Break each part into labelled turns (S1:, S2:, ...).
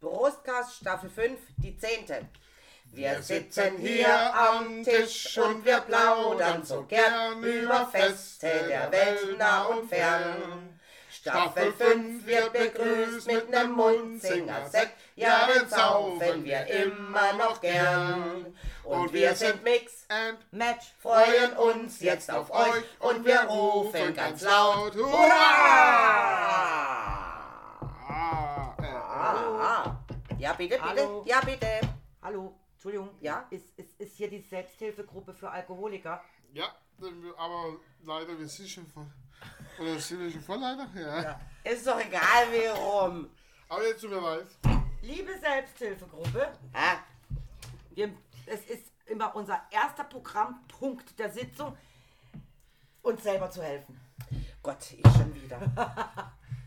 S1: Brustkast Staffel 5, die 10. Wir
S2: Wir
S1: sitzen hier am Tisch und wir plaudern so gern über Feste der Welt nah und fern. Staffel 5 wird begrüßt mit nem Mundsinger-Sekt, ja, den saufen wir immer noch gern. Und wir sind Mix,
S2: And
S1: Match, freuen uns jetzt auf euch und wir rufen ganz laut Hurra!
S2: ah, äh,
S1: Ah, ja, bitte, bitte,
S3: Hallo.
S1: ja, bitte.
S3: Hallo, Entschuldigung.
S1: Ja?
S3: Ist, ist, ist hier die Selbsthilfegruppe für Alkoholiker?
S2: ja, denn wir- aber leider, wir sind schon voll. Oder sind wir schon voll leider? Ja.
S1: Ist doch egal, wie rum.
S2: Aber jetzt tut mir leid.
S3: Liebe Selbsthilfegruppe,
S1: Hä?
S3: wir, es ist immer unser erster Programmpunkt der Sitzung, uns selber zu helfen.
S1: Gott, ich schon wieder.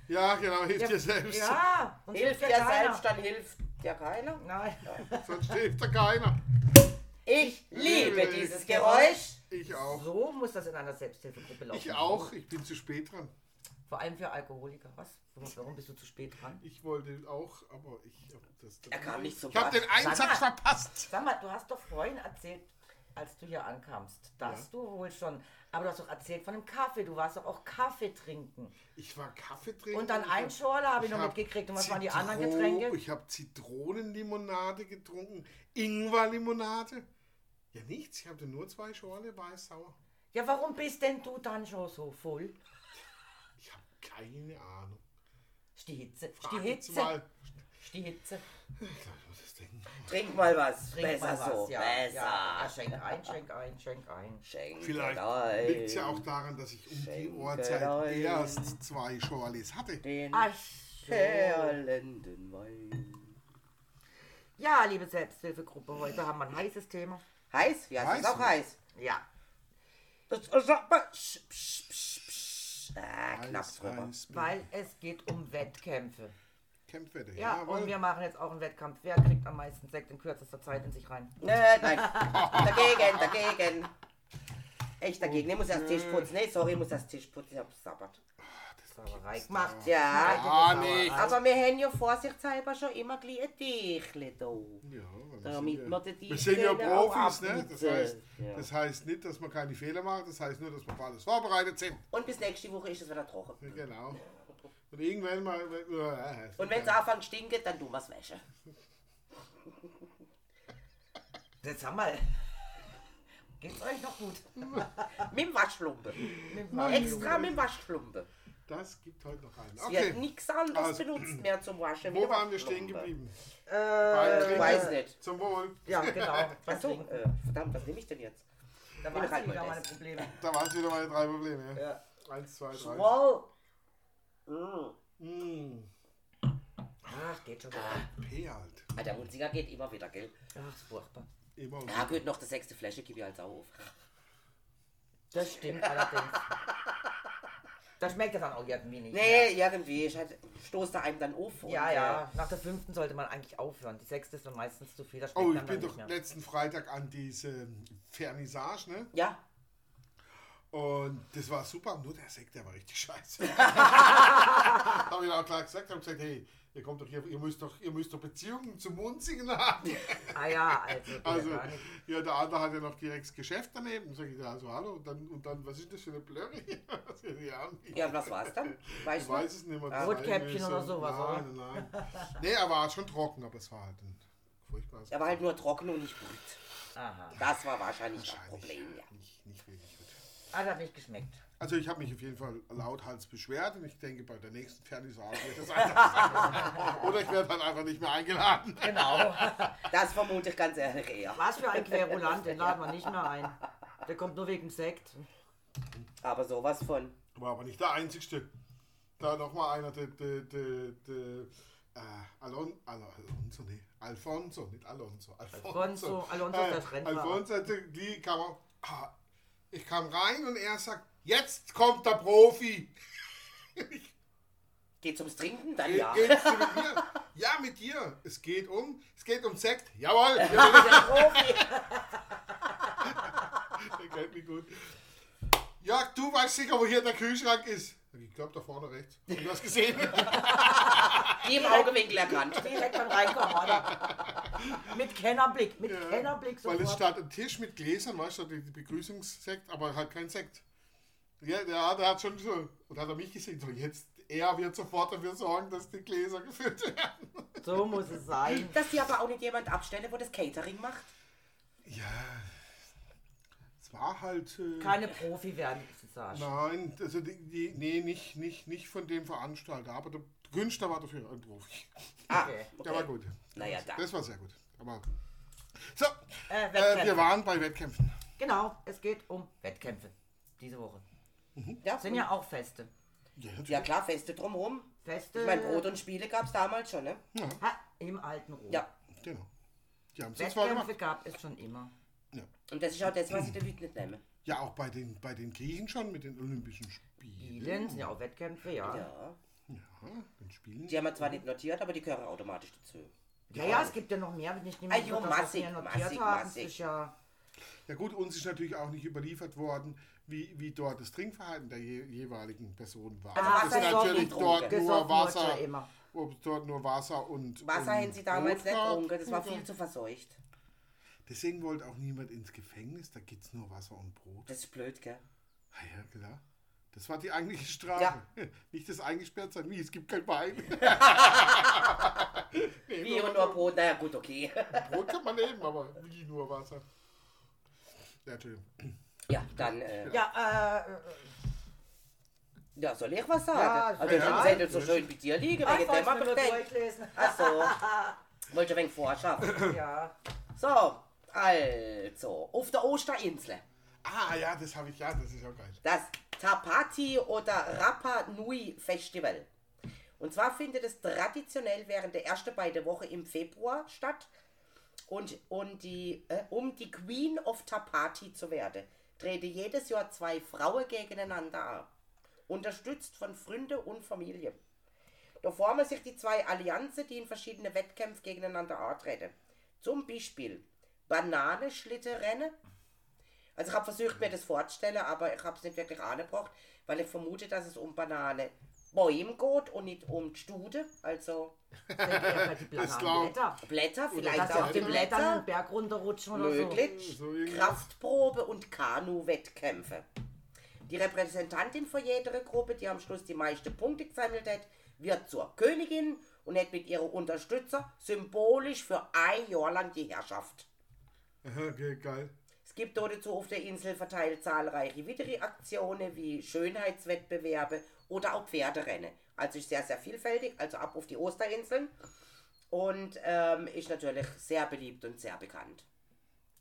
S2: Ja, genau, hilft dir selbst.
S3: Ja, uns
S1: Hilft
S3: ja
S1: ja
S3: keiner.
S1: selbst, dann hilft ja keiner.
S3: Nein.
S2: Sonst hilft da keiner.
S1: Ich liebe dieses Geräusch.
S2: Ich auch.
S3: So muss das in einer Selbsthilfegruppe laufen.
S2: Ich auch. Ich bin zu spät dran.
S3: Vor allem für Alkoholiker. Was? Warum bist du zu spät dran?
S2: Ich wollte auch, aber ich hab das
S1: Er kam nicht so
S2: Ich habe
S1: weit.
S2: den Einsatz
S3: mal.
S2: verpasst.
S3: Sag mal, du hast doch vorhin erzählt, als du hier ankamst, dass du wohl schon, aber du hast doch erzählt von einem Kaffee, du warst doch auch Kaffee trinken.
S2: Ich war Kaffee trinken.
S3: Und dann
S2: ich
S3: ein
S2: hab-
S3: Schorle habe ich noch
S2: hab
S3: mitgekriegt. Und was waren die anderen
S2: Zitro-
S3: Getränke?
S2: Ich habe Zitronenlimonade getrunken, Ingwerlimonade. Ja, nichts. Ich hatte nur zwei Schorle weiß-sauer.
S3: Ja, warum bist denn du dann schon so voll?
S2: Ich habe keine Ahnung.
S3: Ist Die Hitze, ist die
S2: Frag jetzt
S3: Hitze,
S2: Mal.
S3: ist die Hitze.
S2: Ich glaub, ich muss das denken.
S1: Trink mal was.
S3: Trink
S1: Besser
S3: mal was,
S1: so.
S3: ja.
S1: Besser.
S3: Ja, ja, schenk ein, schenk ein, schenk ein.
S1: Schenk
S2: Vielleicht
S1: ein.
S2: liegt es ja auch daran, dass ich um die
S1: Genau. Schenke
S2: Uhrzeit
S1: rein.
S2: erst zwei Schorles hatte.
S1: den
S3: Ach, so.
S1: perlenden Wein.
S3: Ja, liebe Selbsthilfegruppe, heute haben wir ein heißes Thema.
S1: Heiß? Ja, es ist
S2: Heiß,
S1: auch
S2: ne?
S1: heiß.
S3: Ja,
S1: Das ist auch mal. Sch, psch, psch, psch. Ah, knapp
S2: Eis,
S1: drüber.
S2: Eis,
S3: weil es geht um Wettkämpfe.
S2: Kämpfwette.
S3: Ja,
S2: jawohl.
S3: und wir machen jetzt auch einen Wettkampf. Wer kriegt am meisten Sekt in kürzester Zeit in sich rein?
S1: Nö, nein. dagegen, dagegen. Echt dagegen. Ich muss erst Tisch putzen. Nee, sorry, ich muss erst Tisch putzen. Ich hab sabbert.
S3: Sauerei gemacht.
S1: Ja.
S2: Ah, nee.
S1: Aber wir haben ja vorsichtshalber schon immer gleich ein Tüchle da.
S2: Ja, aber wir
S1: Damit
S2: sind ja-
S1: wir den Dienst
S2: Wir sind ja
S1: können auch
S2: Profis, ne? Das
S1: abnutzen.
S2: heißt,
S1: Ja.
S2: das heißt nicht, dass wir keine Fehler machen, das heißt nur, dass wir auf alles vorbereitet sind.
S1: Und bis nächste Woche ist es wieder trocken.
S2: Genau. Und irgendwann mal. äh, äh,
S1: Und wenn es anfängt stinken, dann tun wir es waschen.
S3: Jetzt haben wir. Geht's euch noch gut?
S1: Mit dem Waschflumpe. Extra mit dem Waschflumpe.
S2: Das gibt heute noch einen.
S1: Wir haben
S2: Okay.
S1: nichts anderes
S2: Also,
S1: benutzt mehr zum Waschen.
S2: Wo
S1: Mit der
S2: waren wir stehen
S1: Waschflumpe.
S2: geblieben?
S3: Äh,
S2: Trinken.
S1: weiß nicht.
S2: Zum Wohl.
S3: ja, genau. Was
S1: Achso,
S3: trinken?
S1: äh, verdammt, was nehme ich denn jetzt?
S3: Da
S1: Oder
S3: waren
S1: halt
S3: sie wieder
S1: mal
S3: meine
S1: das.
S3: Probleme.
S2: Da waren es wieder meine drei Probleme. Ja.
S3: Ja.
S2: Eins, zwei, drei.
S1: Wow. Mm.
S2: Mmh,
S3: Ach, geht schon. gut.
S2: P halt.
S1: Ah, Der Mundsinger geht immer wieder, gell?
S3: Ach, ist furchtbar.
S2: Immer. und-
S1: Ja, gut, noch die sechste Flasche gebe ich als auf.
S3: Das stimmt allerdings. Da schmeckt das dann auch irgendwie nicht.
S1: Nee, irgendwie. Ich halt, stoßt da einem dann auf. und,
S3: Ja,
S1: äh,
S3: ja. Nach der fünften sollte man eigentlich aufhören. Die sechste ist dann meistens zu viel. Das schmeckt
S2: Oh, ich
S3: dann,
S2: bin
S3: dann
S2: doch
S3: nicht mehr.
S2: letzten Freitag an diese Vernissage, ne?
S1: Ja.
S2: Und das war super, nur der Sekt, der war richtig scheiße. habe ich auch klar gesagt, habe gesagt, hey, ihr kommt doch hier, ihr müsst doch, ihr müsst doch Beziehungen zum Munzigen haben.
S3: Ah ja, also.
S2: Also,
S3: gar nicht.
S2: ja, der andere hat ja noch direkt das Geschäft daneben. Sag ich, ja, also hallo, und dann, und dann, was ist das für eine Blurry? ja,
S1: Ja, und was war's dann?
S2: ich
S1: Weißt du?
S2: weiß es nicht mehr. das war
S3: Rotkäppchen
S2: irgendwie
S3: oder sowas,
S2: Nein, nein, nein. Nee, er war schon trocken, aber es war halt ein furchtbares.
S1: Er war halt nur trocken und nicht gut.
S3: Aha.
S1: Das war wahrscheinlich das
S2: Wahrscheinlich
S1: Problem, ja.
S2: Nicht, nicht wirklich gut.
S3: Ah, das hat nicht geschmeckt.
S2: Also ich habe mich auf jeden Fall lauthals beschwert und ich denke, bei der nächsten Fernsehsage wird das anders sein. Oder ich werde halt einfach nicht mehr eingeladen.
S3: Genau.
S1: Das vermute ich ganz ehrlich eher.
S3: Was für ein Querulant, den laden wir nicht mehr ein. Der kommt nur wegen Sekt.
S1: Aber sowas von.
S2: War aber nicht der einzigste. Da nochmal einer, der, der, der, der äh, Alon, Al- Alonso, nee, Alfonso, nicht Alonso, Alfonso. Äh,
S3: Alfonso, Alonso ist das Rennfahrer.
S2: Alfonso, hatte- die kam, auch- ah, ich kam rein und er sagt, jetzt kommt der Profi.
S1: Geht's ums Trinken? Dann
S2: Ge-
S1: ja.
S2: Geht's dir mit mir? Ja, mit dir. Es geht um, es geht um Sekt. Jawohl. Der kennt mich gut. Ja, du weißt sicher, wo hier der Kühlschrank ist. Ich glaube, da vorne rechts. Hab Ich du das gesehen?
S1: Die im Augewinkel erkannt.
S3: Direkt beim Reinkommen, oder? Mit Kennerblick, mit Kennerblick
S2: Weil es
S3: sofort.
S2: statt ein Tisch mit Gläsern, weißt du, die die Begrüßungssekt, aber halt kein Sekt. Ja, der, hat- der hat schon so, und hat er mich gesehen, so jetzt, er wird sofort dafür sorgen, dass die Gläser gefüllt werden.
S3: So muss es sein.
S1: Dass die aber auch nicht jemand abstelle, wo das Catering macht.
S2: Ja, es war halt... Äh,
S3: Keine Profi werden,
S1: Genau.
S3: sozusagen.
S2: Nein, also die, die, nee, nicht, nicht, nicht von dem Veranstalter, aber der Günther war dafür ein Profi.
S1: Ah,
S3: Okay.
S2: Der war gut.
S1: Naja, da.
S2: Das war sehr gut. Aber so,
S3: Äh,
S2: äh, wir
S3: Wettkämpfe.
S2: waren bei Wettkämpfen.
S3: genau, es geht um Wettkämpfe diese Woche.
S1: Ja,
S3: Sind ja auch Feste.
S1: ja klar, Feste drumherum.
S3: Feste
S1: Ich meine, Brot und Spiele gab es damals schon, ne?
S3: ha, im alten Rom.
S1: Ja.
S2: Genau. Die haben es zwar
S3: Wettkämpfe
S2: gemacht.
S3: gab es schon immer.
S2: Ja.
S1: Und das ist auch das, was ich den Leuten nicht nehme.
S2: ja, auch bei den, bei den Griechen schon mit den Olympischen Spielen.
S3: Spielen sind ja auch Wettkämpfe, ja. Ja,
S1: Ja.
S2: Ja, den Spielen.
S1: Die haben wir zwar nicht notiert, aber die gehören automatisch dazu.
S3: ja, es gibt ja noch mehr. wenn Ich nehme
S1: Ah,
S3: an,
S1: jo,
S3: dass wir
S1: massig,
S3: hier notiert
S1: massig,
S3: haben. Das
S1: massig.
S3: Ist ja,
S2: Ja gut, uns ist natürlich auch nicht überliefert worden, wie, wie dort das Trinkverhalten der je, jeweiligen Person war.
S1: Also
S2: Ob
S1: Wasser,
S2: es
S1: Socken und
S2: natürlich dort
S1: Drogen.
S2: nur
S3: Gesoffen wird's
S2: Wasser,
S3: ja immer.
S2: ob dort nur Wasser und
S1: Wasser
S2: und
S1: haben sie damals nicht
S2: Brot gab.
S1: getrunken, das war viel zu verseucht.
S2: Deswegen wollte auch niemand ins Gefängnis, da gibt es nur Wasser und Brot.
S1: Das ist blöd, gell?
S2: Ah ja, klar. Das war die eigentliche Strafe.
S1: Ja.
S2: Nicht das Eingesperrtsein. Wie, es gibt kein Wein. nee,
S1: Bier und nur Brot, naja gut, okay.
S2: Brot kann man nehmen, aber wie nur Wasser. Ja, Entschuldigung.
S1: Ja, dann, äh,
S3: ja äh, äh,
S1: ja, soll ich was sagen?
S3: Ja,
S1: also, ich
S2: ja.
S1: seid ihr so schön bei dir liegen, wegen
S3: einfach
S1: dem
S3: mal nur
S1: Abstand.
S3: durchlesen.
S1: Ach so. Wollte ein wenig vorschaffen.
S3: Ja,
S1: So, also, auf der Osterinsel.
S2: Ah ja, das habe ich. Ja, das ist ja geil.
S1: Das Tapati oder Rapa Nui Festival. Und zwar findet es traditionell während der ersten beiden Woche im Februar statt. Und, und die, äh, um die Queen of Tapati zu werden, treten jedes Jahr zwei Frauen gegeneinander an. Unterstützt von Freunden und Familie. Da formen sich die zwei Allianzen, die in verschiedene Wettkämpfe gegeneinander antreten. Zum Beispiel Bananenschlittenrennen, also ich habe versucht, mir das vorzustellen, aber ich habe es nicht wirklich angebracht, weil ich vermute, dass es um Banane Bäume geht und nicht um die Stude, also
S3: ja, die
S2: Das
S3: blauen
S2: glaub-
S3: Blätter.
S1: Blätter,
S3: Dass
S1: vielleicht
S3: sie
S1: auch
S3: auf
S1: die
S3: den Blättern einen
S1: Blätter,
S3: Berg runterrutschen oder
S1: möglich,
S2: So irgendwas.
S1: Kraftprobe und Kanu-Wettkämpfe. Die Repräsentantin von jeder Gruppe, die am Schluss die meisten Punkte gesammelt hat, wird zur Königin und hat mit ihren Unterstützer symbolisch für ein Jahr lang die Herrschaft.
S2: Aha, Okay, geil.
S1: Es gibt dort dazu auf der Insel verteilt zahlreiche weitere Aktionen wie Schönheitswettbewerbe oder auch Pferderennen. Also ist sehr, sehr vielfältig. Also ab auf die Osterinseln. Und ähm, ist natürlich sehr beliebt und sehr bekannt.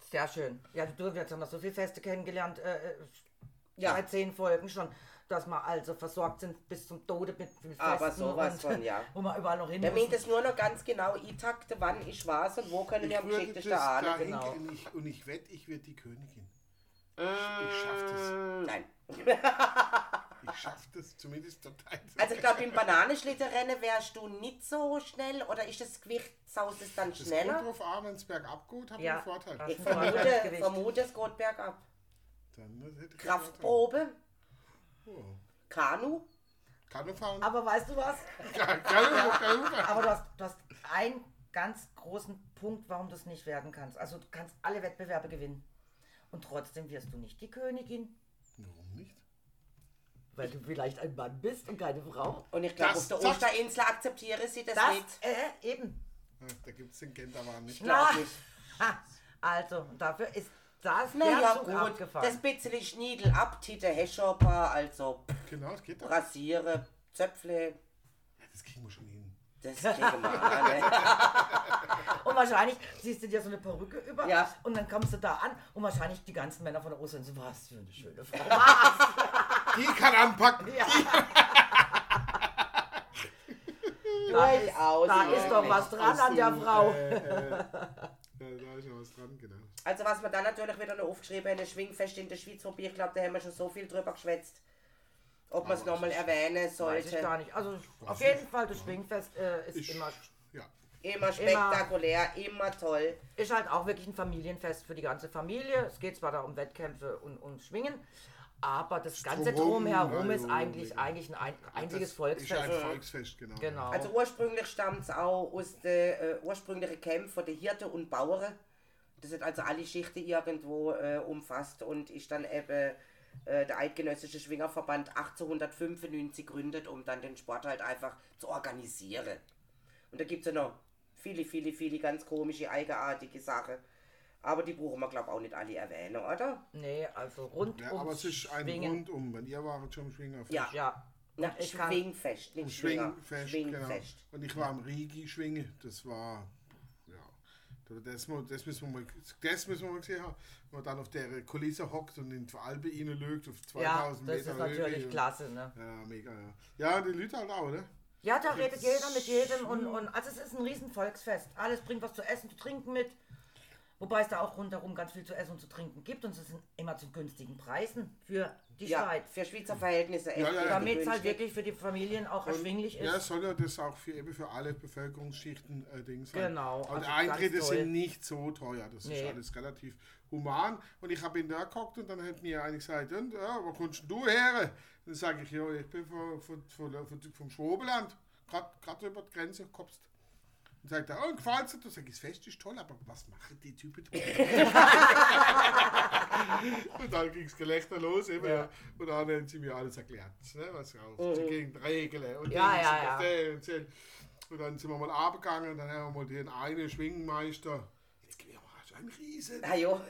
S3: so. Sehr schön. Ja, du, jetzt haben wir so viele Feste kennengelernt. Äh, äh,
S1: Ja.
S3: Seit zehn Folgen schon, dass wir also versorgt sind bis zum Tode mit, mit Festen.
S1: Aber sowas
S3: und,
S1: von, ja.
S3: Wo wir überall noch hin
S1: Wir
S3: müssen.
S1: müssen das nur noch ganz genau eintakten, wann ich was und wo können wir am
S2: würde
S1: geschicktesten
S2: das
S1: ahnen.
S2: dahin-
S1: Genau.
S2: Und ich, und ich wette, ich werde die Königin. Ich, ich schaffe das.
S1: Nein.
S2: Ich schaffe das zumindest zum Teil.
S1: Äh. Also ich glaube, im Bananenschlittenrennen wärst du nicht so schnell oder ist das Gewicht, saust es dann
S2: das kommt
S1: schneller?
S2: drauf an, wenn es bergab geht, habe ich
S3: Ja.
S2: einen Vorteil.
S3: Ja.
S1: Ich vermute, vermute es geht bergab.
S2: Dann hätte ich
S1: Kraftprobe,
S2: Oh.
S1: Kanu,
S2: Kanu fahren.
S3: Aber weißt du was?
S2: Kanu, Kanu fahren.
S3: Aber du hast, du hast einen ganz großen Punkt, warum du es nicht werden kannst. Also du kannst alle Wettbewerbe gewinnen. Und trotzdem wirst du nicht die Königin.
S2: Warum nicht?
S3: Weil du vielleicht ein Mann bist und keine Frau.
S1: Und ich glaube,
S2: Das
S1: auf der
S2: sagt-
S1: Osterinsel akzeptiere sie das,
S3: Das,
S1: nicht.
S3: äh, eben.
S2: Ah, Da gibt es den Genderwahn nicht.
S1: Glaub
S3: Na.
S1: nicht.
S3: Ha, also, und dafür ist das
S1: Na
S3: der
S1: ja,
S3: Zug
S1: gut.
S3: abgefahren.
S1: Das bisschen Schniedel ab, Tite Heschopper, also pff,
S2: Genau, das geht doch.
S1: Rasiere, Zöpfle,
S2: Ja, das kriegen wir schon hin.
S1: das kriegen wir an.
S3: und wahrscheinlich ziehst du dir so eine Perücke über
S1: Ja.
S3: und dann kommst du da an und wahrscheinlich die ganzen Männer von der Ostern so, was für eine schöne Frau. Was?
S2: Die kann anpacken.
S3: ja. Da ist,
S1: Durchaus.
S3: da ist doch
S1: möglich.
S3: was dran an der Frau.
S2: Äh, äh, äh, da ist noch was dran, genau.
S1: Also was wir dann natürlich wieder noch aufgeschrieben haben, das Schwingfest in der Schweiz, wobei ich glaube, da haben wir schon so viel drüber geschwätzt, ob man es nochmal erwähnen
S3: Weiß ich
S1: sollte.
S3: gar nicht. Also auf jeden Fall, das Schwingfest äh, ist immer.
S2: Ja.
S1: Immer spektakulär, immer toll.
S3: Ist halt auch wirklich ein Familienfest für die ganze Familie. Es geht zwar da um Wettkämpfe und um Schwingen, Aber das ganze
S2: Drumherum,
S3: Drumherum
S2: ja,
S3: ist
S2: ja,
S3: eigentlich,
S2: also ja.
S3: eigentlich ein ein einziges
S2: Das Ist ein
S3: Volksfest.
S2: Volksfest, genau.
S3: Genau.
S1: Also ursprünglich stammt es auch aus den äh, ursprünglichen Kämpfen von den Hirten und Bauern. Das sind also alle Schichten irgendwo äh, umfasst und ist dann eben äh, der Eidgenössische Schwingerverband 1895 gründet, um dann den Sport halt einfach zu organisieren. Und da gibt es ja noch viele, viele, viele ganz komische, eigenartige Sachen. Aber die brauchen wir, glaube ich, auch nicht alle erwähnen, oder?
S3: Nee, also rund
S2: Ja,
S3: ums
S2: aber es ist ein
S3: Schwingen.
S2: Rundum, wenn ihr wart schon im Schwingerfest.
S1: Ja.
S3: Ja.
S1: Na,
S3: ich kann-
S1: Schwingfest,
S2: Im
S1: nicht Schwinger.
S2: Schwingfest,
S1: Schwingfest.
S2: genau. Und ich war am Rigi schwingen, das war, ja, Da- das, mu- das, müssen wir mal, das müssen wir mal gesehen haben. Wenn man dann auf der Kulisse hockt und in die Alpe reinlügt, auf
S3: Ja,
S2: 2000
S3: das
S2: Meter
S3: ist natürlich
S2: und-
S3: klasse, ne?
S2: Ja, mega, ja. Ja, die Leute halt auch, ne?
S3: Ja, da redet jeder mit jedem und, und also es ist ein riesen Volksfest. Alles bringt was zu essen, zu trinken mit. Wobei es da auch rundherum ganz viel zu essen und zu trinken gibt und es sind immer zu günstigen Preisen für die
S1: Ja,
S3: Schweiz.
S1: für Schweizer Verhältnisse echt.
S2: Ja, ja, ja.
S3: Damit es
S1: günstig.
S3: halt wirklich für die Familien auch erschwinglich
S2: Ja,
S3: ist.
S2: soll ja das auch für, eben für alle Bevölkerungsschichten äh, Ding sein.
S3: Genau,
S2: Und
S3: also
S2: Eintritte
S3: ganz toll.
S2: sind nicht so teuer. Das ist
S3: Nee.
S2: alles relativ human. Und ich habe ihn da geguckt und dann hat mir einer gesagt, und, ja, wo kommst denn du her? Dann sage ich, ja, ich bin von, von, von, von, vom Schwobeland, gerade über die Grenze gekopst. Und sagt er, oh, gefällt's dir? Du sagst, das Fest ist toll, aber was machen die Typen da? und dann ging das Gelächter los. Eben,
S3: Ja.
S2: Und dann haben sie mir alles erklärt, ne, was raus.
S1: Mhm.
S2: Die gegen die Regeln und
S3: Ja,
S2: dies
S3: ja,
S2: und
S3: ja.
S2: das und zählen. Und dann sind wir mal abgegangen und dann haben wir mal den einen Schwingenmeister. Jetzt gehen wir mal zu einem Riesen.
S1: Ah, jo.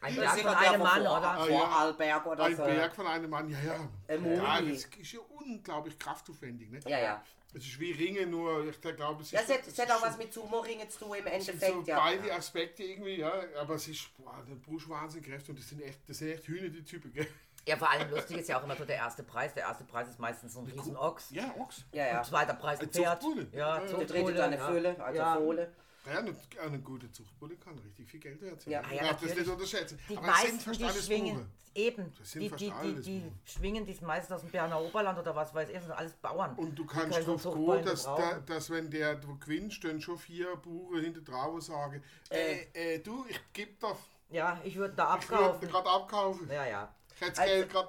S3: Ein
S1: Das
S3: Jahr
S1: ist
S3: von
S1: immer der von
S3: einem Mann,
S1: Vor-
S3: oder?
S2: Ah,
S1: Vorarlberg oder
S2: Ein
S1: so.
S2: Berg von einem Mann, ja, ja.
S1: Ähm,
S2: ja
S1: äh, Moni.
S2: das ist ja unglaublich kraftaufwendig. Ne?
S1: Ja, ja.
S2: Es ist wie Ringe, nur ich glaube, es ist.
S1: Ja, es hat,
S2: es
S1: es hat
S2: ist
S1: auch was
S2: schon-
S1: mit Sumo-Ringen zu tun im
S2: sind so
S1: Endeffekt, ja.
S2: beide Aspekte irgendwie, ja. Aber es ist, boah, der Busch wahnsinnig kräftig und das sind echt, das sind echt Hühner, die Typen, gell?
S3: Ja, vor allem lustig ist ja auch immer so der erste Preis. Der erste Preis ist meistens so ein riesen Ochs.
S2: Ja, Ochs.
S1: Ja, ja.
S3: Und zweiter Preis ein
S2: Ein
S3: Pferd.
S2: Zuchtbulle.
S3: Ja,
S2: Der
S1: Der dritte
S3: Zuchtbulle,
S1: dann eine
S3: ja.
S1: Föhle, also
S3: ja.
S1: Fohle.
S2: Ja, eine, eine gute Zuchtbulle kann richtig viel Geld wert sein.
S1: Ja.
S2: Man
S3: Ja,
S2: darf das
S3: natürlich.
S2: nicht unterschätzen.
S3: Die
S2: Aber es sind
S3: meisten,
S2: fast
S3: die
S2: alles
S3: schwingen,
S2: Bauern.
S3: eben,
S2: Das sind
S3: die,
S2: fast
S3: die, die,
S2: alles
S3: die
S2: Bauern.
S3: schwingen, die ist meistens aus dem Berner Oberland oder was weiß ich, sind alles Bauern.
S2: Und du
S3: Die
S2: kannst
S3: können so
S2: drauf
S3: Zuchtbullen
S2: gehen, dass, da,
S3: gebrauchen.
S2: dass wenn der du gewinnst, dann schon vier Buren hinter drauf sagen, äh, äh, du, ich geb da,
S3: Ja, ich würde da
S2: ich würde
S3: abkaufen.
S2: gerade abkaufen.
S3: Ja, ja.
S2: Ich hätte das
S1: Also-
S2: Geld gerade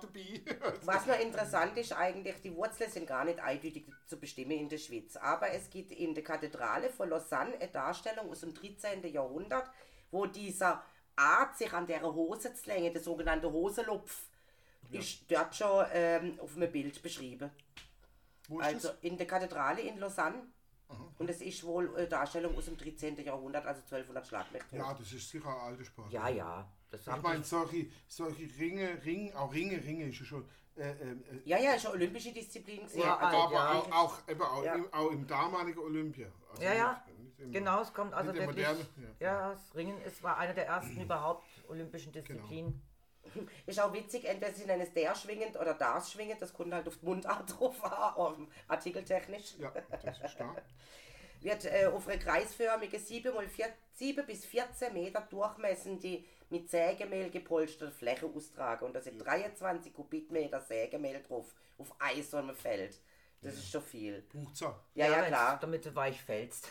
S2: dabei.
S1: Was noch interessant ist eigentlich, die Wurzeln sind gar nicht eindeutig zu bestimmen in der Schweiz. Aber es gibt in der Kathedrale von Lausanne eine Darstellung aus dem 13. Jahrhundert, wo dieser Art sich an der Hose zu längen, der sogenannte Hoselupf, ist dort schon ähm, auf einem Bild beschrieben.
S2: Wo ist
S1: Also
S2: das? Mhm.
S1: in der Kathedrale in Lausanne. Und es ist wohl eine Darstellung aus dem 13. Jahrhundert, also 1200 Schlag mich tot.
S2: Ja, das ist sicher ein alter Sport.
S3: Ja, ja. Das haben
S2: Ich meine,
S3: die-
S2: solche, solche Ringe, Ring, auch Ringe, Ringe ist ja schon. Äh, ähm, äh,
S1: Ja, ja, ist eine olympische Disziplin. gewesen.
S3: Ja,
S2: aber
S3: alt, ja.
S2: auch, auch, eben auch,
S1: Ja.
S2: im, auch im damaligen Olympia. Also
S3: ja, ja.
S2: nicht- nicht im-
S3: Genau, es kommt also
S2: mit der
S3: wirklich.
S2: Moderne, Genau.
S3: Ja, das Ringen ist, war eine der ersten überhaupt olympischen Disziplinen.
S1: Ist auch witzig, entweder sie nennen es der schwingend oder das schwingend, das kommt halt auf die Mundart drauf an, auf dem artikeltechnisch.
S2: Ja, das ist klar.
S1: Wird äh, auf eine kreisförmige 7, mal 4, 7 bis 14 Meter durchmessende, mit Sägemehl gepolsterte Fläche austragen. Und da sind 23 Kubikmeter Sägemehl drauf, auf Eis und einem Feld. Das ist schon viel.
S2: Buchzer.
S1: Ja, ja,
S3: wenn's-
S1: klar.
S3: Damit du weich fällst.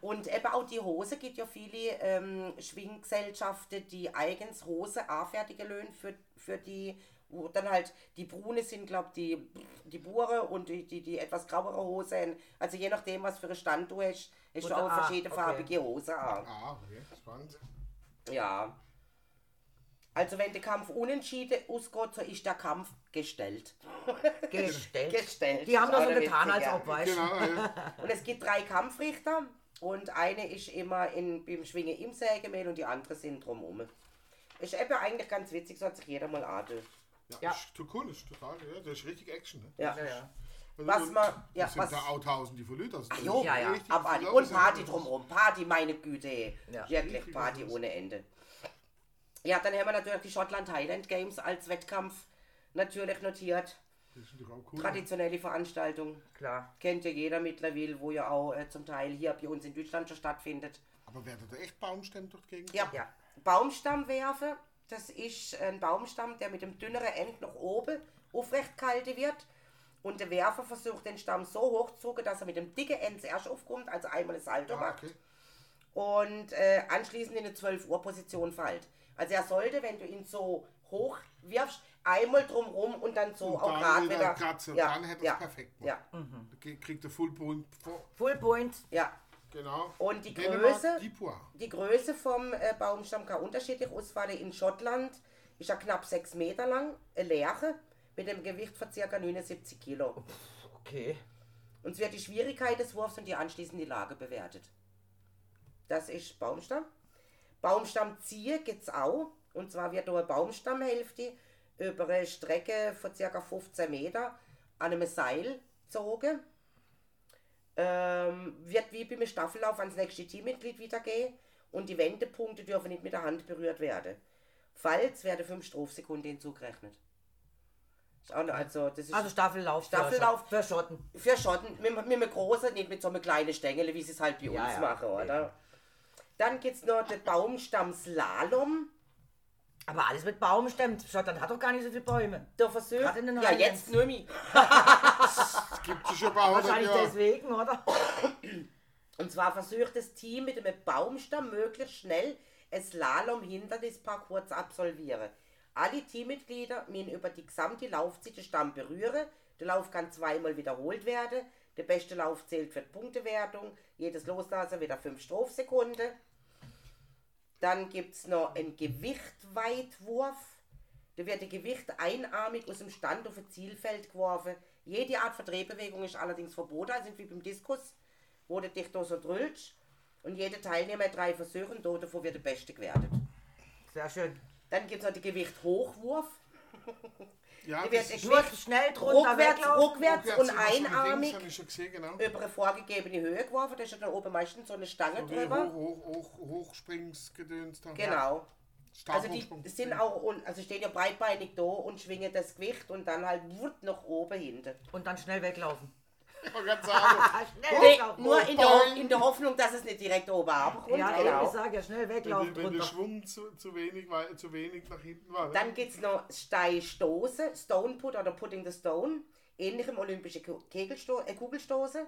S1: Und eben auch die Hose gibt ja viele ähm, Schwinggesellschaften, die eigens Hose anfertigen löhnen für, für die, wo dann halt die Brune sind, glaube die die Bure und die, die, die etwas grauere Hose. haben. Also je nachdem, was für einen Stand du hast, hast du
S3: Oder-
S1: auch
S3: ah,
S1: verschiedene
S3: okay.
S1: farbige Hose an.
S2: Ah, okay, spannend.
S1: Ja. Also wenn der Kampf unentschieden ausgeht, so ist der Kampf gestellt.
S3: Gestellt.
S1: Gestellt.
S3: Die haben das
S1: Auch
S3: so
S1: der
S3: getan,
S1: Witzige.
S3: als ob, weißt du.
S2: Genau, ja.
S1: Und es gibt drei Kampfrichter und eine ist immer in, beim Schwingen im Sägemehl und die andere sind drumherum. Ist eben eigentlich ganz witzig, so hat sich jeder mal adel.
S2: Ja,
S3: Ja.
S2: Ist total cool, ist total, ja. Das ist richtig Action, ne?
S1: Ja.
S3: Ja, ja.
S2: Also,
S1: Was man- ja,
S2: das sind
S1: was-
S2: da auch tausend die von Leuten. Also,
S1: Jo,
S3: Ja, ja,
S1: ab Adi. Und Party drumherum. Party, meine Güte.
S3: Ja.
S1: Wirklich Party ohne Ende. Ja, dann haben wir natürlich die Schottland-Highland Games als Wettkampf natürlich notiert.
S2: Das ist doch auch cool.
S1: Traditionelle Veranstaltung.
S3: Klar.
S1: Kennt ja jeder mittlerweile, wo ja auch äh, zum Teil hier bei uns in Deutschland schon stattfindet.
S2: Aber werden da echt Baumstämme durch die Gegend?
S1: Ja.
S3: Ja.
S1: Baumstamm werfen, das ist ein Baumstamm, der mit dem dünneren End nach oben aufrecht gehalten wird. Und der Werfer versucht, den Stamm so hoch zu zucken, dass er mit dem dicken End zuerst aufkommt, also einmal ein Salto
S2: Ah,
S1: macht
S2: okay.
S1: und äh, anschließend in eine 12 Uhr Position fällt. Also er sollte, wenn du ihn so hoch wirfst, einmal drumrum und dann so
S2: Und
S1: auch gerade
S2: dann wieder
S1: oh, wieder.
S2: grad so, dann hätte
S1: ja,
S2: es perfekt gemacht.
S1: Ja,
S2: Ge- Kriegt der Full Point. vor-
S3: Full Point.
S1: ja.
S2: Genau.
S1: Und die
S2: Dänemark,
S1: Größe?
S2: Die Poire.
S1: Die Größe vom äh, Baumstamm kann unterschiedlich ausfallen. In Schottland ist er knapp 6 Meter lang, eine Lärche, mit einem Gewicht von ca. 79 Kilo.
S3: Okay.
S1: Und es wird die Schwierigkeit des Wurfs und die anschließende Lage bewertet. Das ist Baumstamm. Baumstamm ziehe geht's auch. Und zwar wird da eine Baumstammhälfte über eine Strecke von ca. 15 Meter an einem Seil gezogen. Ähm, wird wie beim Staffellauf ans nächste Teammitglied weitergehen und die Wendepunkte dürfen nicht mit der Hand berührt werden. Falls werden 5 Strafsekunden hinzugerechnet. Ist auch noch- Also, das ist
S3: Also Staffellauf.
S1: Staffellauf.
S3: für Schotten.
S1: für Schotten, mit, mit einem großen, nicht mit so einem kleinen Stängel, wie sie es halt bei
S3: Ja,
S1: uns
S3: ja.
S1: machen, oder? Dann gibt es noch den Baumstamm-Slalom.
S3: Aber alles mit Baumstämmen. Schottland hat doch gar nicht so viele Bäume.
S1: Der Versuch.
S3: Gerade in den
S1: Ja,
S3: Highlands.
S1: jetzt nur mich.
S2: Das gibt es schon ein paar hundert
S3: Wahrscheinlich
S2: Jahre.
S3: deswegen, oder?
S1: Und zwar versucht das Team mit einem Baumstamm möglichst schnell ein Slalom-Hindernisparcours zu absolvieren. Alle Teammitglieder müssen über die gesamte Laufzeit den Stamm berühren. Der Lauf kann zweimal wiederholt werden. Der beste Lauf zählt für die Punktewertung. Jedes Loslassen wieder 5 Strafsekunden. Dann gibt es noch einen Gewichtweitwurf. Da wird ein Gewicht einarmig aus dem Stand auf ein Zielfeld geworfen. Jede Art von Drehbewegung ist allerdings verboten, also nicht wie beim Diskus, wo du dich da so drüllst. Und jeder Teilnehmer hat drei Versuche und da davon wird der Beste gewertet.
S3: Sehr schön.
S1: Dann gibt es noch den Gewichthochwurf.
S2: Ja,
S1: Da
S2: das
S1: wird
S2: ist
S1: ein
S3: Nur
S1: Gewicht
S3: schnell drunter
S1: rückwärts,
S3: weglaufen.
S1: rückwärts
S2: rückwärts
S1: und
S2: immer so mit links,
S1: einarmig Äh,
S2: hab ich schon gesehen, genau.
S1: über eine vorgegebene Höhe geworfen. Da ist ja dann oben meistens so eine Stange
S2: So wie
S1: drüber.
S2: Hoch, hoch, hoch, Hochspringsgedöns. da.
S1: Genau.
S2: Stab
S1: Also die
S2: Hochsprung.
S1: sind auch, un- also stehen ja breitbeinig da und schwingen das Gewicht und dann halt wut nach oben hinten.
S3: Und dann schnell weglaufen.
S2: Ich wollte gerade sagen,
S3: Ah, schnell
S1: Nee,
S3: weglaufen.
S1: nur in der, Ho- in der Hoffnung, dass es nicht direkt oben abkommt.
S3: Ja, eben, ich
S1: genau.
S3: sag ja, schnell
S2: wenn,
S3: weglaufen
S2: wenn der
S3: drunter.
S2: Schwung zu, zu, wenig, war, äh, zu wenig nach hinten war. ne?
S1: Dann gibt es noch Steinstoße, Stone Put oder Putting the Stone, ähnlich im olympischen Ku- Kegelsto äh, Kugelstoße.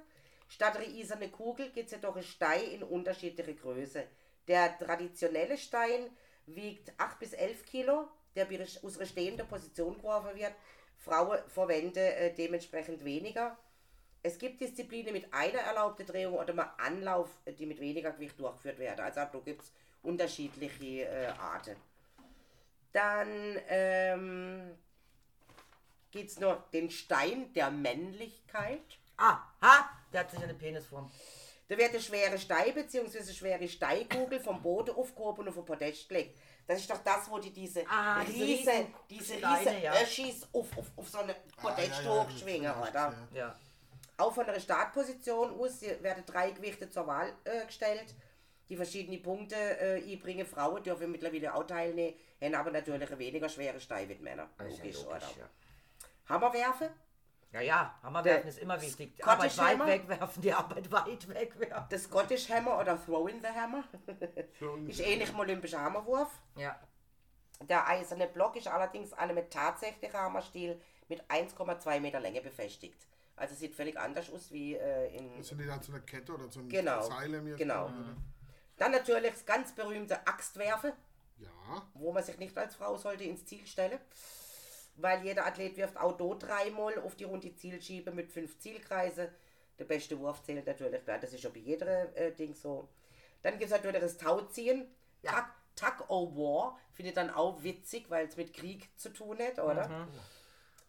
S1: Statt einer eisernen Kugel gibt es jedoch einen Stein in unterschiedliche Größe. Der traditionelle Stein wiegt 8 bis 11 Kilo, der bei ihrer- aus einer stehenden Position geworfen wird. Frauen verwenden äh, dementsprechend weniger. Es gibt Disziplinen mit einer erlaubten Drehung oder mal Anlauf, äh, die mit weniger Gewicht durchgeführt werden. Also auch da gibt es unterschiedliche äh, Arten. Dann ähm, gibt es noch den Stein der Männlichkeit.
S3: Ah, ha, der hat sich eine Penisform.
S1: Da wird der schwere Stein bzw. schwere Steinkugel vom Boden aufgehoben und auf ein Podest gelegt. Das ist doch das, wo die diese
S3: Ah, diese
S1: riese,
S3: riesen
S1: diese
S3: Steine,
S1: riese
S3: ja.
S1: Öschis auf, auf, auf so
S3: Ah,
S1: eine Podest hochschwingen, oder?
S3: Ja.
S1: Auch von der Startposition aus sie werden drei Gewichte zur Wahl äh, gestellt. Die verschiedenen Punkte äh, einbringen. Frauen dürfen mittlerweile auch teilnehmen, haben aber natürlich einen weniger schwere Stein wie die Männer. Logisch, oder?
S3: Ah, ja.
S1: Hammerwerfen.
S3: Ja, ja, Hammerwerfen ist immer wichtig. Die Arbeit
S1: Scottish
S3: weit
S1: Hammer?
S3: wegwerfen, die Arbeit weit wegwerfen.
S1: Der Scottish Hammer oder Throw in the Hammer ist eh- ähnlich dem olympischen Hammerwurf.
S3: Ja.
S1: Der eiserne Block ist allerdings an einem tatsächlichen Hammerstiel mit 1,2 Meter Länge befestigt. Also sieht völlig anders aus wie äh, in
S2: Also nicht an so einer Kette oder so einem
S1: Genau,
S2: Seil im jetzt-
S1: genau. Dann natürlich das ganz berühmte Axtwerfen,
S2: Ja,
S1: wo man sich nicht als Frau sollte ins Ziel stellen. Weil jeder Athlet wirft auch dort dreimal auf die runde Zielschiebe mit fünf Zielkreise. Der beste Wurf zählt natürlich, klar, das ist ja bei jedem äh, Ding so. Dann gibt es natürlich das Tauziehen.
S3: Ja.
S1: Tuck, Tuck o' War finde ich dann auch witzig, weil es mit Krieg zu tun hat, oder?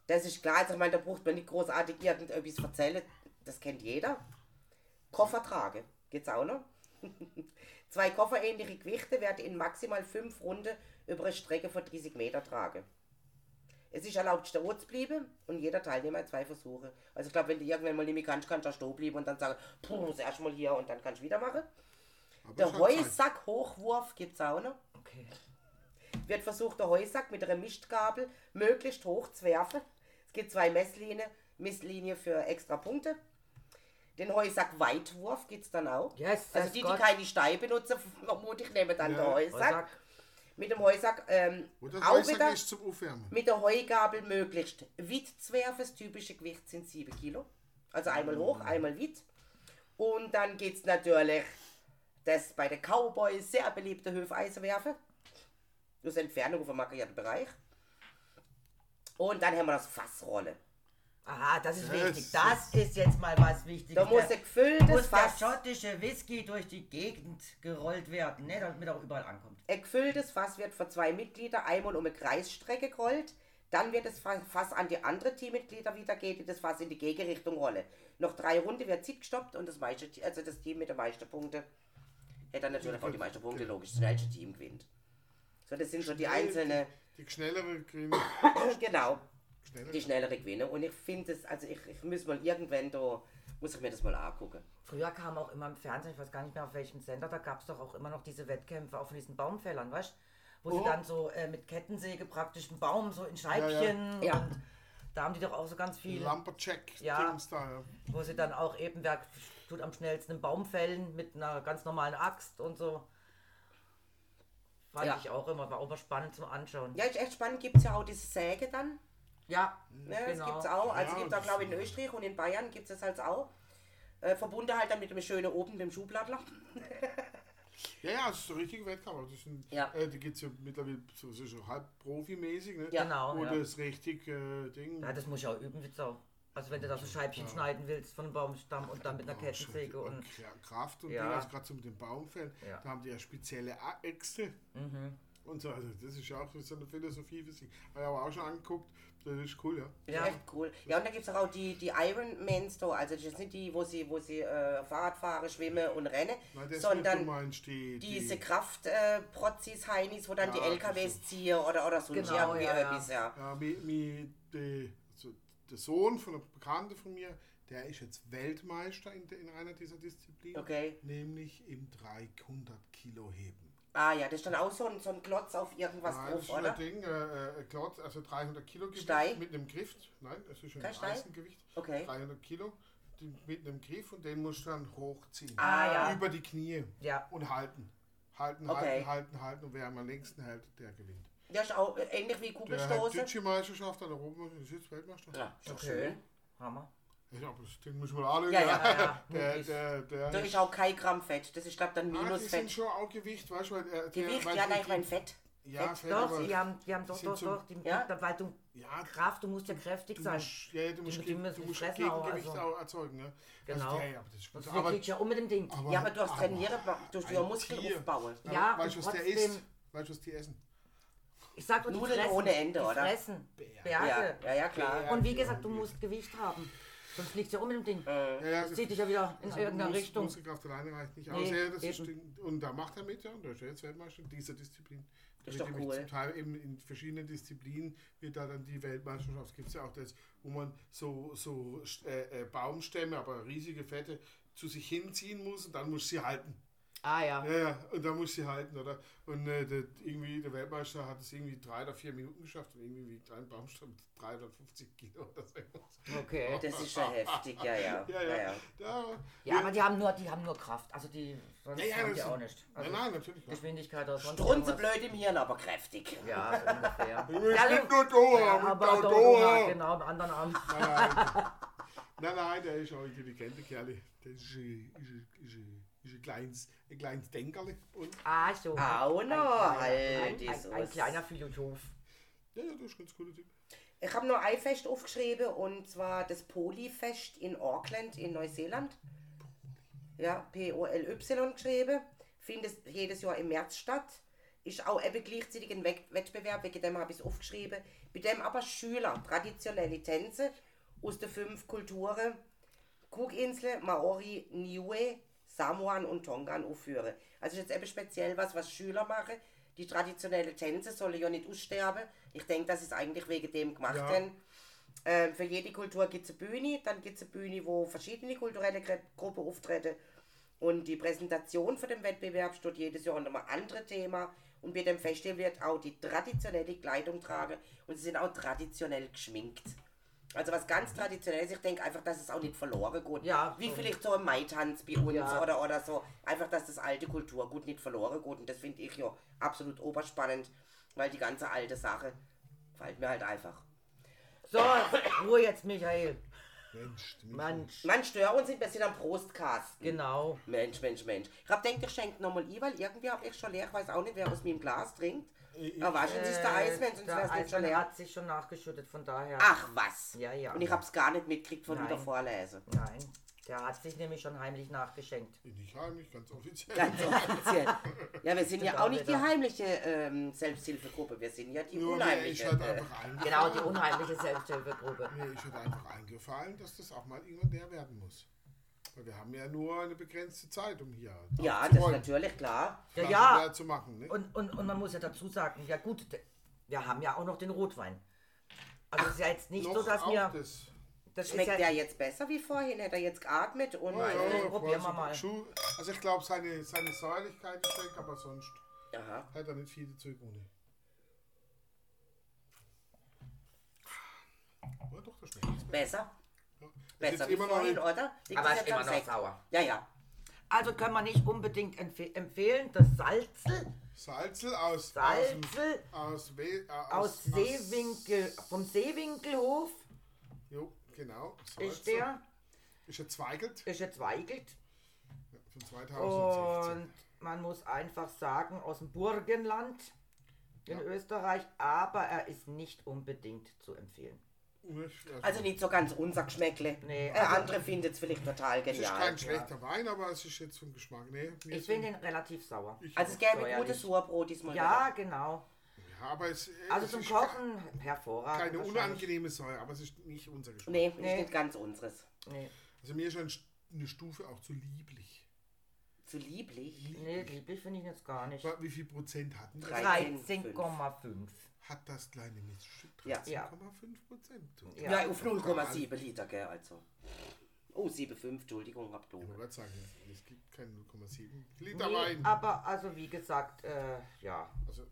S1: Das ist klar, also ich meine, da braucht man nicht großartig irgendetwas erzählen. Das kennt jeder. Koffer trage. Geht's auch noch? Zwei kofferähnliche Gewichte werden in maximal fünf Runden über eine Strecke von 30 Meter tragen. Es ist erlaubt, stehen zu bleiben und jeder Teilnehmer hat zwei Versuche. Also ich glaube, wenn du irgendwann mal nicht mehr kannst, kannst du auch stehen bleiben und dann sagen, puh, das erste Mal hier und dann kannst du wieder machen.
S2: aber es
S1: Der
S2: hat Zeit.
S1: Heusack-Hochwurf gibt es auch noch.
S3: Okay.
S1: Wird versucht, der Heusack mit einer Mistgabel möglichst hoch zu werfen. Es gibt zwei Messlinien, Misslinie für extra Punkte. Den Heusack-Weitwurf gibt es dann auch.
S3: Yes,
S1: also
S3: yes,
S1: die,
S3: Gott.
S1: die keine Steine benutzen, vermutlich nehmen dann
S2: Ja.
S1: den Heusack.
S3: Heusack.
S1: Mit dem Heusack ähm,
S2: Oder
S1: auch
S2: Häuser
S1: wieder
S2: ist zum Aufwärmen.
S1: mit der Heugabel möglichst weit zu werfen. Das typische Gewicht sind 7 Kilo. Also einmal
S3: Mm.
S1: hoch, einmal weit. Und dann gibt es natürlich das bei den Cowboys sehr beliebte Hüfeisen werfen. Aus Entfernung auf dem markierten Bereich. Und dann haben wir das Fassrolle.
S3: Aha, das ist
S2: Das
S3: wichtig.
S2: ist-
S3: Das ist jetzt mal was Wichtiges.
S1: Da muss
S3: der,
S1: ein gefülltes
S3: muss der
S1: Fass,
S3: schottische Whisky durch die Gegend gerollt werden, ne? damit er auch überall ankommt.
S1: ein gefülltes Fass wird von zwei Mitgliedern einmal um eine Kreisstrecke gerollt. Dann wird das Fa- Fass an die anderen Teammitglieder weitergegeben, das Fass in die Gegenrichtung rolle. Noch drei Runden wird Zeit gestoppt und das, meiste, also das Team mit den meisten Punkten hat dann natürlich auch die meisten Punkte, logisch, das schnellste Team gewinnt. So, das sind so die einzelnen,
S2: Die, die schnellere Grüne.
S1: genau,
S2: Schneller.
S1: die schnellere Gewinne. Und ich finde es, also ich, ich muss mal irgendwann da, muss ich mir das mal angucken.
S3: Früher kam auch immer im Fernsehen, ich weiß gar nicht mehr auf welchem Sender, da gab es doch auch immer noch diese Wettkämpfe auch von diesen Baumfällern, weißt Wo sie dann so äh, mit Kettensäge praktisch einen Baum so in Scheibchen
S1: Ja.
S3: und da haben die doch auch so ganz viel,
S2: Lumberjack.
S3: Ja.
S2: Dings da, ja.
S3: wo sie dann auch eben, wer tut am schnellsten einen Baum fällen mit einer ganz normalen Axt und so. Fand
S1: Ja.
S3: ich auch immer, war auch immer spannend zum Anschauen.
S1: Ja, ist echt spannend, gibt es ja auch diese Säge dann.
S3: Ja,
S1: Ne,
S3: genau.
S1: Das gibt's auch. Also
S2: Ja,
S1: gibt's auch,
S2: das-
S1: glaube ich, in Österreich und in Bayern gibt es das halt auch. Äh, verbunden halt dann mit dem schönen oben, mit dem Schubladler.
S2: Ja, ja, es ist der richtige Wettkampf. aber Das sind,
S1: Ja.
S2: äh, da geht es ja mittlerweile so, so, so halb profimäßig. Ne?
S1: Ja.
S3: Genau,
S2: Wo
S3: ja.
S2: das richtig äh, Ding.
S3: Ja, das muss ich auch üben, wie Sau. Also wenn du da so Scheibchen schneiden willst von einem Baumstamm und dann mit einer
S2: Ja, schon
S3: Kettensäge und
S2: viel Kraft und
S3: Ja.
S2: Ding, also gerade so mit dem Baumfällen,
S3: Ja. Mhm.
S2: da haben die ja spezielle A- Äxte und so, also das ist ja auch so eine Philosophie für sich. Habe ich aber auch schon angeguckt, das ist cool, ja.
S1: Ja. Echt cool. Ja, und dann gibt es auch die, die Ironmans da. Also das sind die, wo sie, wo sie äh, Fahrrad fahren, schwimmen und rennen.
S2: Weil das nicht, du
S1: sondern
S2: meinst, die, die,
S1: diese Kraftprozis, äh, Prozis, Heinis, wo dann die
S2: Ja,
S1: LKWs ziehen oder, oder so.
S3: Genau,
S1: irgendwie
S3: ja, ja.
S1: etwas, ja.
S2: ja, mi, mi, die, also der Sohn von einer Bekannten von mir, der ist jetzt Weltmeister in, de- in einer dieser Disziplinen,
S1: Okay.
S2: nämlich im 300 Kilo Heben.
S1: Ah ja, das ist dann auch so ein, so ein Klotz auf irgendwas
S2: Nein, das
S1: drauf,
S2: ist ein
S1: oder?
S2: Ding, äh, äh, Klotz, also 300 Kilo Gewicht
S1: Stein?
S2: mit einem Griff. Nein, das ist ein
S1: Kein Stein?
S2: Eisengewicht.
S1: Okay.
S2: 300 Kilo die, mit einem Griff und den musst du dann hochziehen.
S1: Ah, ja.
S2: Über die Knie.
S3: Ja.
S2: Und halten. Halten,
S1: Okay.
S2: halten, halten, halten. Und wer am längsten hält, der gewinnt.
S1: Das ist auch äh, ähnlich wie
S2: Der hat
S1: Kugelstoßen.
S2: deutsche Meisterschaft an der Europameisterschaft, ist jetzt Weltmeister.
S1: Ja, ist doch
S3: Okay.
S1: schön.
S3: Hammer.
S2: Ja, aber das Ding muss man anlegen.
S1: Ja, ja,
S3: ja, ja.
S2: Der,
S3: Möglichst.
S2: der, der,
S1: Da ist auch kein Gramm Fett. Das ist, glaube dann
S2: Ah, die sind
S1: Minusfett.
S2: schon auch Gewicht, weißt du? Weil, äh, der-
S1: Gewicht,
S2: weil
S1: ja,
S2: die-
S1: nein, ich mein Fett.
S2: Ja,
S1: Fett,
S2: Fett,
S3: Doch,
S2: aber-
S3: die haben, die haben doch,
S2: sind
S3: doch,
S2: so-
S3: doch, die,
S1: Ja?
S3: da- weil du
S2: Ja,
S3: Kraft, du musst ja kräftig
S2: Du
S3: sein.
S2: musst, ja, ja, du musst,
S3: die
S2: Ge-
S3: müssen
S2: du musst
S3: fressen
S2: Gegengewicht
S3: auch, also.
S2: auch erzeugen. Ne?
S3: Genau.
S2: Also, ja, ja, aber das ist gut.
S3: Sonst
S2: Aber, Oh.
S3: kriegst du ja um mit dem Ding.
S1: Ja, aber du hast trainieren, du hast
S2: ein
S1: ja Muskeln
S2: Tier.
S1: aufbauen.
S2: Aber
S3: Ja,
S2: weißt du,
S3: und
S2: was der
S3: trotzdem-
S2: isst? Weißt du, was die essen?
S3: Ich sag doch, die
S1: Nudeln
S3: fressen,
S1: ohne Ende,
S3: die
S1: oder?
S3: fressen.
S2: Berge.
S1: Ja,
S3: Berge.
S1: ja, ja, klar.
S3: Und wie gesagt, du musst Gewicht haben. Sonst fliegst du ja um mit dem Ding.
S2: Ja, Äh. ja,
S3: Das zieht dich ja wieder
S2: Also
S3: in irgendeine
S2: Mus-
S3: Richtung.
S2: Muskelkraft alleine reicht nicht aus.
S3: Nee,
S2: ja, das ist,
S3: eben.
S2: Ding. und da macht er mit, ja, und der ist ja jetzt Weltmeister in dieser Disziplin. Da
S1: Ist
S2: wird
S1: doch
S2: nämlich
S1: cool.
S2: Zum Teil eben in verschiedenen Disziplinen wird da dann die Weltmeisterschaft. Gibt es ja auch das, wo man so, so äh, äh, Baumstämme, aber riesige Fette, zu sich hinziehen muss und dann muss sie halten.
S3: Ah ja.
S2: Ja, ja, und da muss sie halten, oder? Und äh, der, irgendwie, der Weltmeister hat es irgendwie drei oder vier Minuten geschafft und irgendwie wiegt ein Baumstamm 350 Kilo oder so.
S3: Okay.
S1: Das ist ja heftig, ja, ja. Also
S2: Ja, ja. ja. ja.
S3: Ja, aber die haben nur, die haben nur Kraft. Also die sonst
S2: Ja, ja,
S3: haben
S2: das
S3: die
S2: sind-
S3: auch nicht. Also
S2: nein, nein, natürlich. Ja.
S3: Geschwindigkeit oder sonst
S1: Strunze
S3: irgendwas.
S1: blöd im Hirn, aber kräftig.
S3: Ja, so ungefähr.
S2: Es gibt nur Doha,
S3: Ja,
S2: mit
S3: aber
S2: der
S3: doch,
S2: Doha.
S3: ja, genau, am anderen Arm.
S2: Nein, nein. nein, nein, der ist auch ein intelligenter Kerl. Der ist, ein- ist, ein- ist, ein- ist ein kleines, ein kleines Denkerle. Und,
S3: Ah, so.
S1: Au no,
S3: ein,
S1: halt die
S3: ein, ein
S1: Soße.
S3: kleiner Philosoph.
S2: ja, ja, das ist ein ganz cooler Typ.
S1: Ich habe nur ein Fest aufgeschrieben und zwar das Polyfest in Auckland in Neuseeland. Ja, P-O-L-Y geschrieben. Findet jedes Jahr im März statt. Ist auch eben gleichzeitig ein Wett- Wettbewerb, wegen dem habe ich es aufgeschrieben. Bei dem aber Schüler traditionelle Tänze aus den fünf Kulturen Cookinseln, Maori, Niue, Samoan und Tongan aufführen. Also ist jetzt eben speziell was, was Schüler machen. Die traditionellen Tänze sollen ja nicht aussterben. Ich denke, das ist eigentlich wegen dem gemacht.
S2: Ja.
S1: Denn ähm, für jede Kultur gibt es eine Bühne. Dann gibt es eine Bühne, wo verschiedene kulturelle Gre- Gruppen auftreten. Und die Präsentation für den Wettbewerb steht jedes Jahr unter einem anderen Thema. Und bei dem Festival wird auch die traditionelle Kleidung tragen. Und sie sind auch traditionell geschminkt. Also was ganz Traditionelles, ich denke einfach, dass es auch nicht verloren geht.
S3: Ja,
S1: Wie
S3: so.
S1: vielleicht so ein Maitanz bei uns
S3: Ja.
S1: oder, oder so. Einfach, dass das alte Kulturgut nicht verloren geht. Und das finde ich ja absolut oberspannend, weil die ganze alte Sache gefällt mir halt einfach.
S3: So, Ruhe jetzt, Michael.
S2: Mensch, Mensch.
S3: Mensch.
S1: Mensch, stören uns ein bisschen am Prostkasten.
S3: Genau.
S1: Mensch, Mensch, Mensch. Ich hab denkt, ich schenke nochmal i, weil irgendwie hab ich schon leer. Ich weiß auch nicht, wer aus meinem Glas trinkt.
S2: Ich-
S1: Erwaschen sich
S3: äh,
S1: der Eismann, sonst
S3: der
S1: wär's nicht schon Ah.
S3: Eismann
S1: leer.
S3: hat sich schon nachgeschüttet, von daher.
S1: Ach was.
S3: Ja, ja.
S1: Und ich hab's gar nicht mitgekriegt von
S3: Nein.
S1: wieder Vorlese.
S3: Nein, der hat sich nämlich schon heimlich nachgeschenkt.
S2: Nicht heimlich, ganz offiziell.
S1: Ganz offiziell. Ja, wir sind ja
S3: Stimmt
S1: auch
S3: auch
S1: nicht die
S3: wieder.
S1: heimliche ähm, Selbsthilfegruppe, wir sind ja die
S2: Nur mir ist
S1: unheimliche.
S2: halt
S1: äh,
S2: einfach
S3: Genau,
S2: eingefallen.
S3: die unheimliche Selbsthilfegruppe.
S2: Mir ist halt einfach eingefallen, dass das auch mal irgendwann der werden muss. Weil wir haben ja nur eine begrenzte Zeit, um hier
S1: Ja, das ist
S2: aufzuräumen,
S1: natürlich klar.
S3: Ja,
S2: Flaschen
S3: ja.
S2: leer zu machen. Ne?
S3: Und, und, und man muss ja dazu sagen, ja gut, de- wir haben ja auch noch den Rotwein. Also es ist ja jetzt nicht so,
S2: Noch
S3: dass
S2: auch
S3: wir.
S2: das.
S3: Das
S1: Schmeckt
S3: ist ja,
S1: der jetzt besser wie vorhin? Hätte er jetzt geatmet? Und
S3: ja.
S2: Frau
S3: probieren wir mal.
S2: Schuh- Also ich glaube, seine, seine Säuerlichkeit ist weg, aber sonst
S1: Aha.
S2: hat er nicht viel dazu gewonnen. Oh, doch, das schmeckt. jetzt
S1: Besser?
S2: besser. Das ist
S1: Besser wie
S2: immer noch
S1: vorhin,
S2: nicht-
S1: oder? Liegt
S3: aber
S1: das
S3: es ist
S1: jetzt am
S3: immer noch
S1: Sekt?
S3: sauer.
S1: Ja, ja.
S3: Also können wir nicht unbedingt empfe empfehlen, das Salzel,
S2: Salzel aus,
S3: Salzel
S2: aus, dem- aus, We- äh,
S3: aus Seewinkel, vom Seewinkelhof
S2: Jo, genau. Salzel.
S3: ist der,
S2: Ist er zweigelt
S3: ist jetzt Weigelt.
S2: von 2016.
S3: Und man muss einfach sagen, aus dem Burgenland in Österreich, aber er ist nicht unbedingt zu empfehlen.
S2: Nicht- also,
S1: Also nicht so ganz unser Geschmäckle.
S3: Nee, also
S1: Äh, andere findet es vielleicht total
S2: es ist
S1: genial.
S2: kein schlechter Wein, aber es ist jetzt vom Geschmack. ne? Nee, mir
S3: Ich
S2: ist-
S3: finde ihn relativ sauer.
S1: Also es gäbe
S3: Säuerlich.
S1: gutes Surbrot diesmal.
S3: Ja,
S1: wieder.
S3: genau.
S2: ja, aber es,
S3: Also
S2: es
S3: zum
S2: ist
S3: Kochen
S2: ke-
S3: hervorragend.
S2: Keine
S3: wahrscheinlich.
S2: unangenehme Säure, aber es ist nicht unser Geschmack.
S1: Nee, ist
S3: Nee.
S1: nicht ganz unseres.
S3: Nee,
S2: Also mir ist schon eine Stufe auch zu lieblich.
S1: Zu lieblich.
S3: nee lieblich finde ich jetzt gar nicht.
S2: Aber Wie viel Prozent hatten das?
S1: Drei.
S3: 13,5.
S2: Hat das kleine Miststück
S1: Ja.
S2: 13,5
S3: Ja.
S2: Prozent?
S3: Ja.
S1: Ja, auf 0,7 Liter, gell, also. Oh, 7,5, Entschuldigung, hab
S2: Ich
S1: du.
S2: wollte gerade sagen, es gibt keinen 0,7 Liter
S3: Nee,
S2: Wein.
S3: aber also wie gesagt, äh, ja.
S2: Also,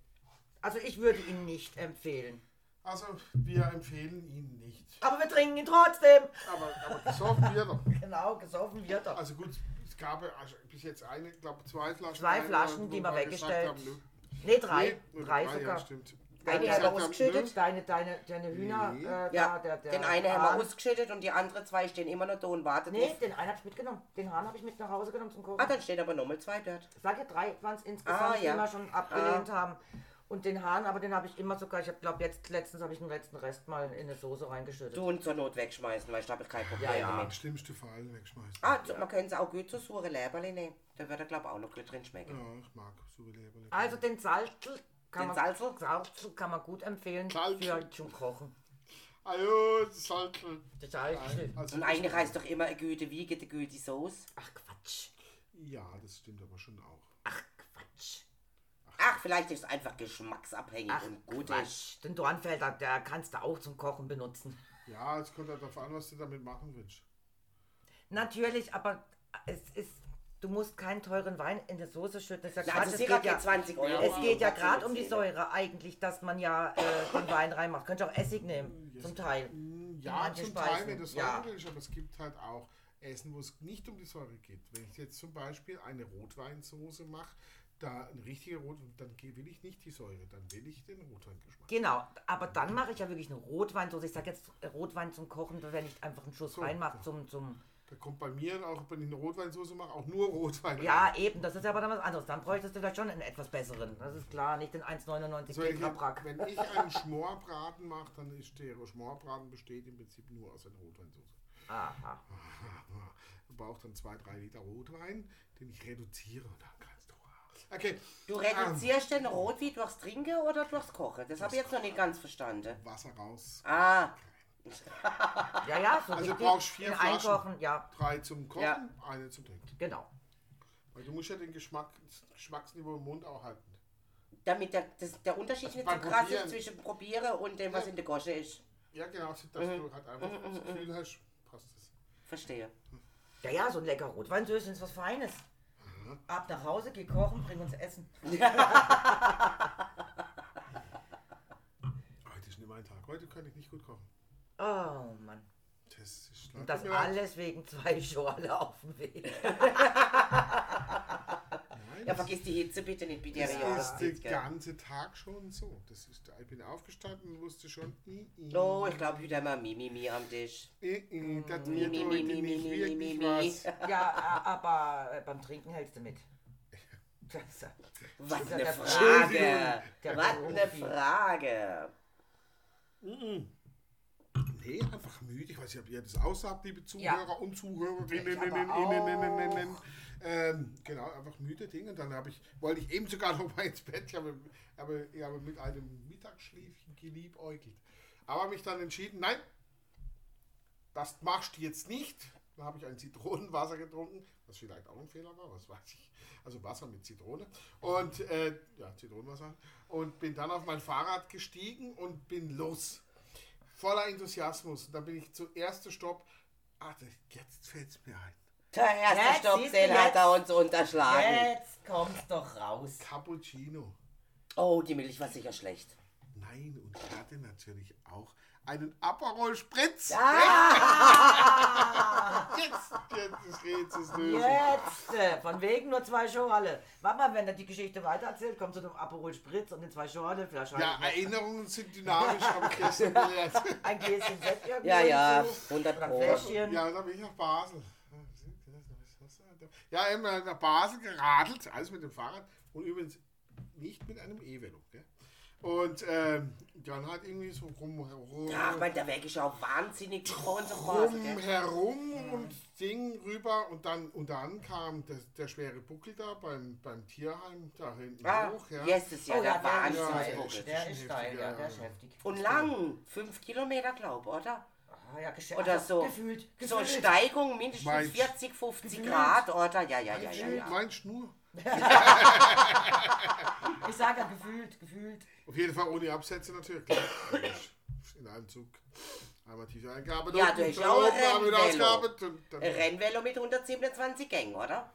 S3: Also ich würde ihn nicht empfehlen.
S2: also wir empfehlen ihn nicht.
S3: Aber wir trinken ihn trotzdem.
S2: Aber, aber gesoffen wird er.
S3: Genau, gesoffen wird er.
S2: Also gut, es gab ja auch bis jetzt eine, ich glaube zwei Flaschen.
S3: Zwei
S2: Wein,
S3: Flaschen,
S2: wo
S3: die wir
S2: gesagt
S3: weggestellt.
S2: haben, nö.
S3: Nee, drei.
S2: Nee, oder
S3: drei
S2: Ja,
S3: sogar.
S2: stimmt.
S1: Eine
S2: Die
S1: haben wir
S2: gesagt
S1: ausgeschüttet.
S2: nö,
S3: Deine, deine, deine Hühner,
S2: Nee.
S3: äh,
S1: Ja,
S3: da, der, der,
S1: den einen haben
S3: Hahn.
S1: wir ausgeschüttet und die anderen zwei stehen immer noch da und warten
S3: Nee,
S1: drauf.
S3: den einen habe ich mitgenommen. Den Hahn habe ich mit nach Hause genommen zum Kochen.
S1: Ah, dann stehen aber nochmal zwei dort.
S3: Sag ja, drei waren es insgesamt,
S1: Ah, ja.
S3: die wir schon abgelehnt haben. Und den Hahn, aber den habe ich immer sogar, ich glaube jetzt letztens habe ich den letzten Rest mal in eine Soße reingeschüttet.
S1: Du und zur Not wegschmeißen, weil ich habe kein Problem
S3: Ja, ja.
S2: Der
S1: damit.
S2: schlimmste Fall wegschmeißen.
S1: Ah, so, man könnte es auch gut zur saure Leberli nehmen. Da würde er, glaube ich, auch noch gut drin
S3: Mhm.
S1: schmecken.
S2: Ja, ich mag Souvenirleberle.
S3: Also den Salzel kann
S1: Den
S3: man
S1: Salzel?
S3: Salzel kann man gut empfehlen
S2: Salzel.
S3: für zum Kochen.
S2: Ajo, Salzel.
S3: Das Salzel.
S2: Also,
S1: Und eigentlich heißt doch immer eine gute Wiege, eine gute Soße.
S3: Ach Quatsch.
S2: ja, das stimmt aber schon auch.
S3: Ach Quatsch.
S1: Ach, vielleicht ist es einfach geschmacksabhängig
S3: Ach
S1: und gut ist.
S3: Quatsch. Den Dornfelder, der kannst du auch zum Kochen benutzen.
S2: Ja, es kommt halt darauf an, was du damit machen willst.
S3: Natürlich, aber es ist. Du musst keinen teuren Wein in die Soße schütten. Das ist ja
S1: Na,
S3: Quatsch.
S1: also Sirup geht 20 Euro.
S3: Es geht ja
S1: Dazu
S3: gerade um die
S1: erzählen.
S3: Säure eigentlich, dass man ja äh, den Wein reinmacht. Könnt ihr auch Essig nehmen, zum Teil.
S2: Ja,
S3: manche
S2: zum Teil,
S3: Speisen,
S2: wenn du
S3: ja.
S2: Säure willst, aber es gibt halt auch Essen, wo es nicht um die Säure geht. Wenn ich jetzt zum Beispiel eine Rotweinsoße mache, da ein richtiger Rotwein, dann ge- will ich nicht die Säure, dann will ich den Rotweingeschmack.
S3: Genau, aber dann mache ich ja wirklich eine Rotweinsoße. Ich sage jetzt äh, Rotwein zum Kochen, wenn ich einfach einen Schuss reinmache zum, zum...
S2: Da kommt bei mir auch, wenn ich eine Rotweinsoße mache, auch nur Rotwein. rein.
S3: Ja, eben, das ist ja aber dann was anderes. Dann bräuchtest du vielleicht schon einen etwas besseren. Das ist klar, nicht den 1,99
S2: Also wenn, ich,
S3: Tetra Brack.
S2: wenn ich einen Schmorbraten mache, dann ist der Schmorbraten besteht im Prinzip nur aus einer Rotweinsoße.
S3: Aha.
S2: Ich brauche dann zwei, drei Liter Rotwein, den ich reduziere und dann kannst du. Okay. ähm,
S1: Du reduzierst den Rotwein durchs Trinken oder durchs Kochen? Das habe ich jetzt noch nicht ganz verstanden.
S2: Ähm, Wasser raus.
S1: Ah,
S3: Ja, ja, so
S2: Also
S3: richtig
S2: brauchst vier
S3: in
S2: Flaschen.
S3: Einkochen, ja,
S2: Drei zum Kochen,
S1: Ja.
S2: eine zum Trinken.
S3: genau.
S2: Weil du musst ja den Geschmack, das Geschmacksniveau im Mund auch halten.
S1: damit der, das, der Unterschied nicht so
S2: beim
S1: krass
S2: Probieren.
S1: ist zwischen Probieren und dem, was in der Gosche ist.
S2: Ja, genau, dass
S1: Mhm.
S2: du halt einfach das Gefühl hast, passt das.
S1: Verstehe.
S3: Ja, ja, so ein lecker Rotweinsöschen ist was Feines.
S2: Mhm.
S3: Ab nach Hause, geh kochen, bring uns Essen.
S2: Heute ist nicht mein Tag. Heute kann ich nicht gut kochen.
S3: Oh Mann.
S2: Das ist
S3: Und das alles wegen zwei Schorle auf dem Weg.
S2: Nein,
S1: Ja, vergiss die Hitze bitte nicht, bitte.
S2: Das
S1: ja,
S2: ist den
S1: Hitze.
S2: ganzen Tag schon so. Das ist, ich bin aufgestanden und wusste schon, i, i,
S1: Oh, ich glaube, heute haben wir Mimimi am Tisch.
S2: i, i, das
S1: Mm, Mi,
S2: wird
S1: mi,
S2: heute
S1: mi, mi, mi,
S2: nicht
S1: mi, mi,
S2: wirklich
S1: mi.
S2: was.
S3: Ja, a- aber äh, beim Trinken hältst du mit. Das, ist-
S1: Was
S3: Dieser
S1: eine
S3: der
S1: Frage!
S3: Der
S1: Was eine
S3: Profi.
S1: Frage!
S2: Nee, einfach müde. Ich weiß nicht, ob ihr das aussagt, liebe
S3: Ja.
S2: Zuhörer und
S3: Ich
S2: Zuhörerinnen.
S3: aber
S2: innen,
S3: auch.
S2: innen, innen, innen. Ähm, genau, einfach müde Dinge. Und dann habe ich, wollte ich eben sogar noch mal ins Bett, ich habe, habe, ich habe mit einem Mittagsschläfchen geliebäugelt. Aber mich dann entschieden, nein, das machst du jetzt nicht. Dann habe ich ein Zitronenwasser getrunken, was vielleicht auch ein Fehler war, was weiß ich. Also Wasser mit Zitrone. Und äh, ja, Zitronenwasser. Und bin dann auf mein Fahrrad gestiegen und bin los voller Enthusiasmus. Und dann bin ich zuerst zu Stopp. Ach, das- jetzt fällt es mir ein.
S1: Der erste
S3: Jetzt
S1: Stopp,
S3: siehst du
S1: den hat
S3: jetzt.
S1: er uns unterschlagen.
S3: Jetzt kommt's doch raus.
S2: Cappuccino.
S1: Oh, die Milch war sicher schlecht.
S2: Nein, und ich hatte natürlich auch einen Aperol Spritz. Jetzt, jetzt ist Rätsel ist lösen.
S3: Jetzt! äh, Von wegen nur zwei Schorle. Warte mal, wenn er die Geschichte weitererzählt, kommt zu dem Aperol Spritz und den zwei Schorle, vielleicht
S2: Ja,
S3: ein,
S2: Erinnerungen sind dynamisch, habe ich gestern gelernt.
S3: ein Gläschen Sekt irgendwie
S1: Ja, ja,
S3: hinzu.
S1: 100
S3: Oder ein
S1: Pro.
S3: Fläschchen.
S2: Ja, dann bin ich nach Basel. Ja, eben nach Basel geradelt, alles mit dem Fahrrad und übrigens nicht mit einem E-Velo. gell? Und ähm, dann halt irgendwie so rum, rum,
S1: Ach, mein, der Weg ist ja auch wahnsinnig bei uns auf Basel,
S2: rum
S1: gell? Mhm.
S2: herum und Ding rüber und dann und dann kam der, der schwere Buckel da beim, beim Tierheim da hinten
S1: Ah,
S2: hoch. Ja.
S1: yes, ist
S3: Oh
S1: ja der
S2: steil.
S1: Wahnsinnsbuckel.
S2: Der
S3: Der
S2: ist
S3: ist
S2: schon
S3: steil, ja,
S2: heftig,
S3: der
S2: ja.
S3: ist heftig.
S1: Und lang, fünf Kilometer, glaub, oder?
S3: Ah, ja, gesch-
S1: Oder
S3: also,
S1: so.
S3: Gefühlt,
S1: So
S3: gefühlt.
S1: Steigung mindestens
S2: Meinst-
S1: 40, 50 Grad, oder? Ja, ja, ja, ja, ja.
S2: Mein Schnur.
S3: ich sage ja gefühlt, gefühlt.
S2: Auf jeden Fall ohne Absätze natürlich. klar. Also In einem Zug. Einmal tiefe Eingabe.
S1: Ja,
S2: unten
S1: du hast
S2: drin,
S1: auch
S2: oben einmal wieder
S1: Rennvelo.
S2: Ausgabe. Dann, dann,
S1: Rennvelo mit 127 Gängen, oder?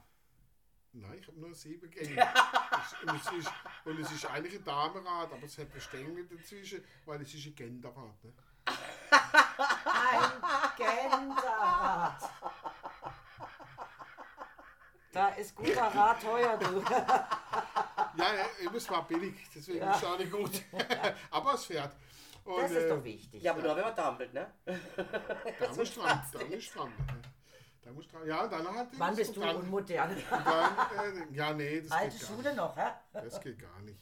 S2: Nein, ich habe nur sieben Gänge. Es- und, es ist, und es ist eigentlich ein Damenrad, aber es hat eine Stängel dazwischen, weil es ist ein Genderrad. Ne?
S3: Ein Gänserad. Da ist guter Rat teuer, du.
S2: Ja, ja, eben, es war billig, deswegen ist es auch nicht gut. aber es fährt. Und,
S3: Das ist doch
S2: äh,
S3: wichtig.
S1: Ja, aber nur wenn man dampelt, ne?
S2: Da muss dran, da muss dran. ne? Da muss dran. Ja, und dann hat
S3: Wann bist du
S2: dann,
S3: unmodern?
S2: dann, äh, Ja, nee, das
S3: Alte
S2: geht gar
S3: Schule noch, hä?
S2: Das geht gar nicht.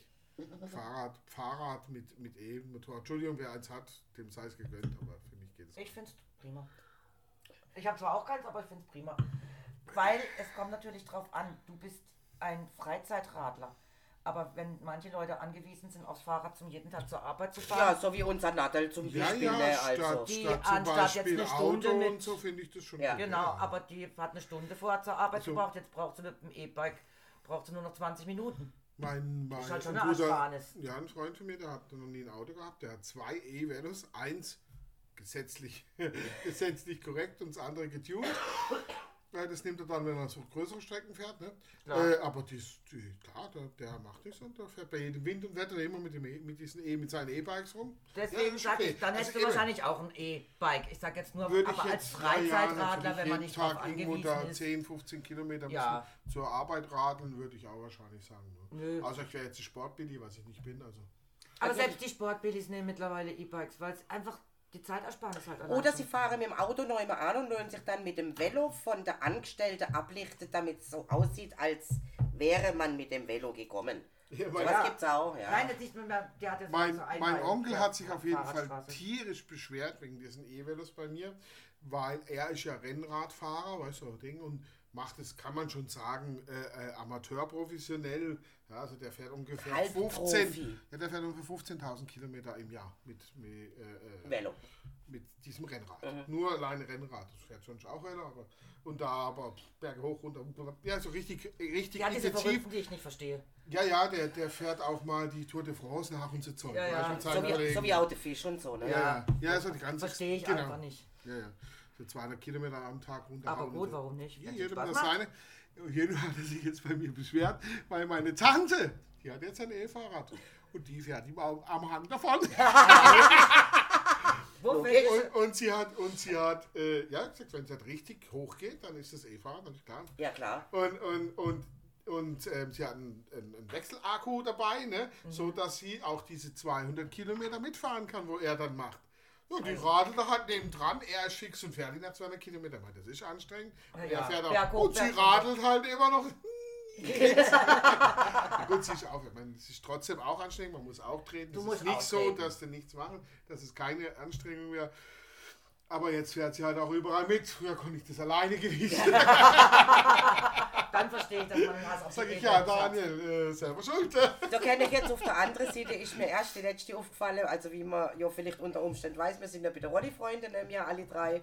S2: Fahrrad, Fahrrad mit, mit E-Motor. Entschuldigung, wer eins hat, dem sei es gegönnt, aber für mich geht es
S3: Ich find's prima. Ich habe zwar auch keins, aber ich find's prima. Weil es kommt natürlich drauf an, du bist ein Freizeitradler. Aber wenn manche Leute angewiesen sind, aufs Fahrrad zum jeden Tag zur Arbeit zu
S1: Ja,
S3: fahren,
S1: so wie unser Nadel zum
S2: Ja,
S1: Beispiel,
S2: ja,
S1: ne?
S2: statt,
S1: Also.
S3: Die
S2: statt zum
S3: anstatt jetzt
S2: Beispiel
S3: eine Stunde
S2: Auto
S3: mit-
S2: und so finde ich das schon
S1: Ja.
S2: gut.
S3: genau, aber die hat eine Stunde vorher zur Arbeit
S2: So.
S3: gebraucht, jetzt braucht sie mit dem E-Bike, braucht sie nur noch 20 Minuten.
S2: Mein, mein
S3: Ist halt schon
S2: ein
S3: eine
S2: guter,
S3: Ersparnis.
S2: ja, ein Freund von mir, der hat noch nie ein Auto gehabt, der hat zwei E-Velos, eins gesetzlich, gesetzlich korrekt und das andere getuned. Ja, Das nimmt er dann, wenn er so größere Strecken fährt. Ne?
S3: Klar.
S2: Äh, aber dies, die, klar, der, der macht das und der fährt bei jedem Wind und Wetter immer mit, dem e, mit, diesen e, mit seinen E-Bikes rum.
S3: Deswegen
S2: das ist
S3: sage
S2: okay.
S3: ich, dann
S2: Also
S3: hättest du
S2: eben,
S3: wahrscheinlich auch ein E-Bike. Ich sage jetzt nur,
S2: würde ich
S3: aber
S2: jetzt
S3: als
S2: drei Jahre
S3: Freizeitradler,
S2: natürlich
S3: wenn man
S2: jeden
S3: nicht drauf
S2: Tag irgendwo da
S3: angewiesen ist.
S2: 10, 15 Kilometer
S3: Ja.
S2: müssen zur Arbeit radeln, würde ich auch wahrscheinlich sagen. Ne?
S3: Nö.
S2: Außer ich wäre jetzt ein Sportbilly, was ich nicht bin. Also.
S3: Aber selbst die Sportbillies nehmen mittlerweile E-Bikes, weil es einfach die Zeitersparnis halt allein
S1: Oder
S3: schon-
S1: sie fahren mit dem Auto noch immer an und wollen sich dann mit dem Velo von der Angestellte ablichten, damit es so aussieht, als wäre man mit dem Velo gekommen.
S2: Ja,
S1: Was
S2: mein,
S1: ja. gibt's auch, ja.
S3: Nein, das ist nicht mehr, der hat jetzt
S2: mein,
S3: so Also ein
S2: mein
S3: Bein.
S2: Onkel
S3: Ja,
S2: hat sich auf jeden Fall
S3: Fahrradstraße.
S2: tierisch beschwert wegen diesen E-Velos bei mir, weil er ist ja Rennradfahrer, weißt du, Ding, und macht es, kann man schon sagen, äh, äh, amateurprofessionell. Ja, also der fährt ungefähr
S1: Halbprofi.
S2: 15, ja, der fährt ungefähr 15.000 Kilometer im Jahr mit, mit äh, äh,
S1: Velo.
S2: mit diesem Rennrad. Nur alleine Rennrad. Das fährt sonst auch einer, aber und da aber Berge hoch runter. Ja, so richtig, richtig
S3: Ja, diese
S2: intensiv.
S3: Verrückten, die ich nicht verstehe.
S2: Ja, ja, der, der fährt auch mal die Tour de France nach und so Zeug.
S3: Ja,
S2: Weißt du,
S3: ja.
S2: mit
S1: So
S2: seinen
S1: wie, so
S2: Kollegen.
S1: wie auch der Fisch und so, ne?
S2: ja, ja. ja, so die ganze
S3: Verstehe ich
S2: genau.
S3: einfach nicht.
S2: Ja, ja. So 200 Kilometer am Tag runter.
S3: Aber gut, warum nicht?
S2: Ja,
S3: Wenn's
S2: jedem
S3: Spaß
S2: das
S3: macht.
S2: seine. Jeder hat sich jetzt bei mir beschwert, weil meine Tante, die hat jetzt ein E-Fahrrad. Und die fährt ihm am, am Hang davon.
S3: Wofür
S2: Und, und sie hat, und sie hat, äh, ja, eh gesagt, wenn es halt richtig hochgeht, dann ist das E-Fahrrad, dann ist klar.
S1: Ja, klar.
S2: Und, und, und, und und ähm, sie hat einen, einen einen Wechselakku dabei, ne?
S3: Mhm.
S2: so dass sie auch diese 200 Kilometer mitfahren kann, wo er dann macht. Ja, die radelt da halt nebendran, er ist fix und fertig nach 200 Kilometern, weil das ist anstrengend. Und
S3: Ja,
S2: er fährt auch.
S3: berghoch,
S2: und sie
S3: berghoch.
S2: radelt halt immer noch. Ja, Gut, sie ist auch, ich meine, es ist trotzdem auch anstrengend, man muss auch treten.
S3: Du
S2: Es
S3: musst
S2: ist nicht
S3: auch
S2: so,
S3: treten.
S2: dass du nichts machen, dass es keine Anstrengung mehr. Aber jetzt fährt sie halt auch überall mit. Früher konnte ich das alleine genießen.
S3: Dann verstehe ich, dass man einen Hass auf die
S2: Sag ich
S3: Gegner
S2: ja,
S3: hat.
S2: Daniel, äh, selber schuld.
S1: Da kenne ich jetzt auf der anderen Seite, ist mir erst die letzte aufgefallen, also wie man ja vielleicht unter Umständen weiß, wir sind ja bei der Rolli-Freunde, ähm, ja alle drei.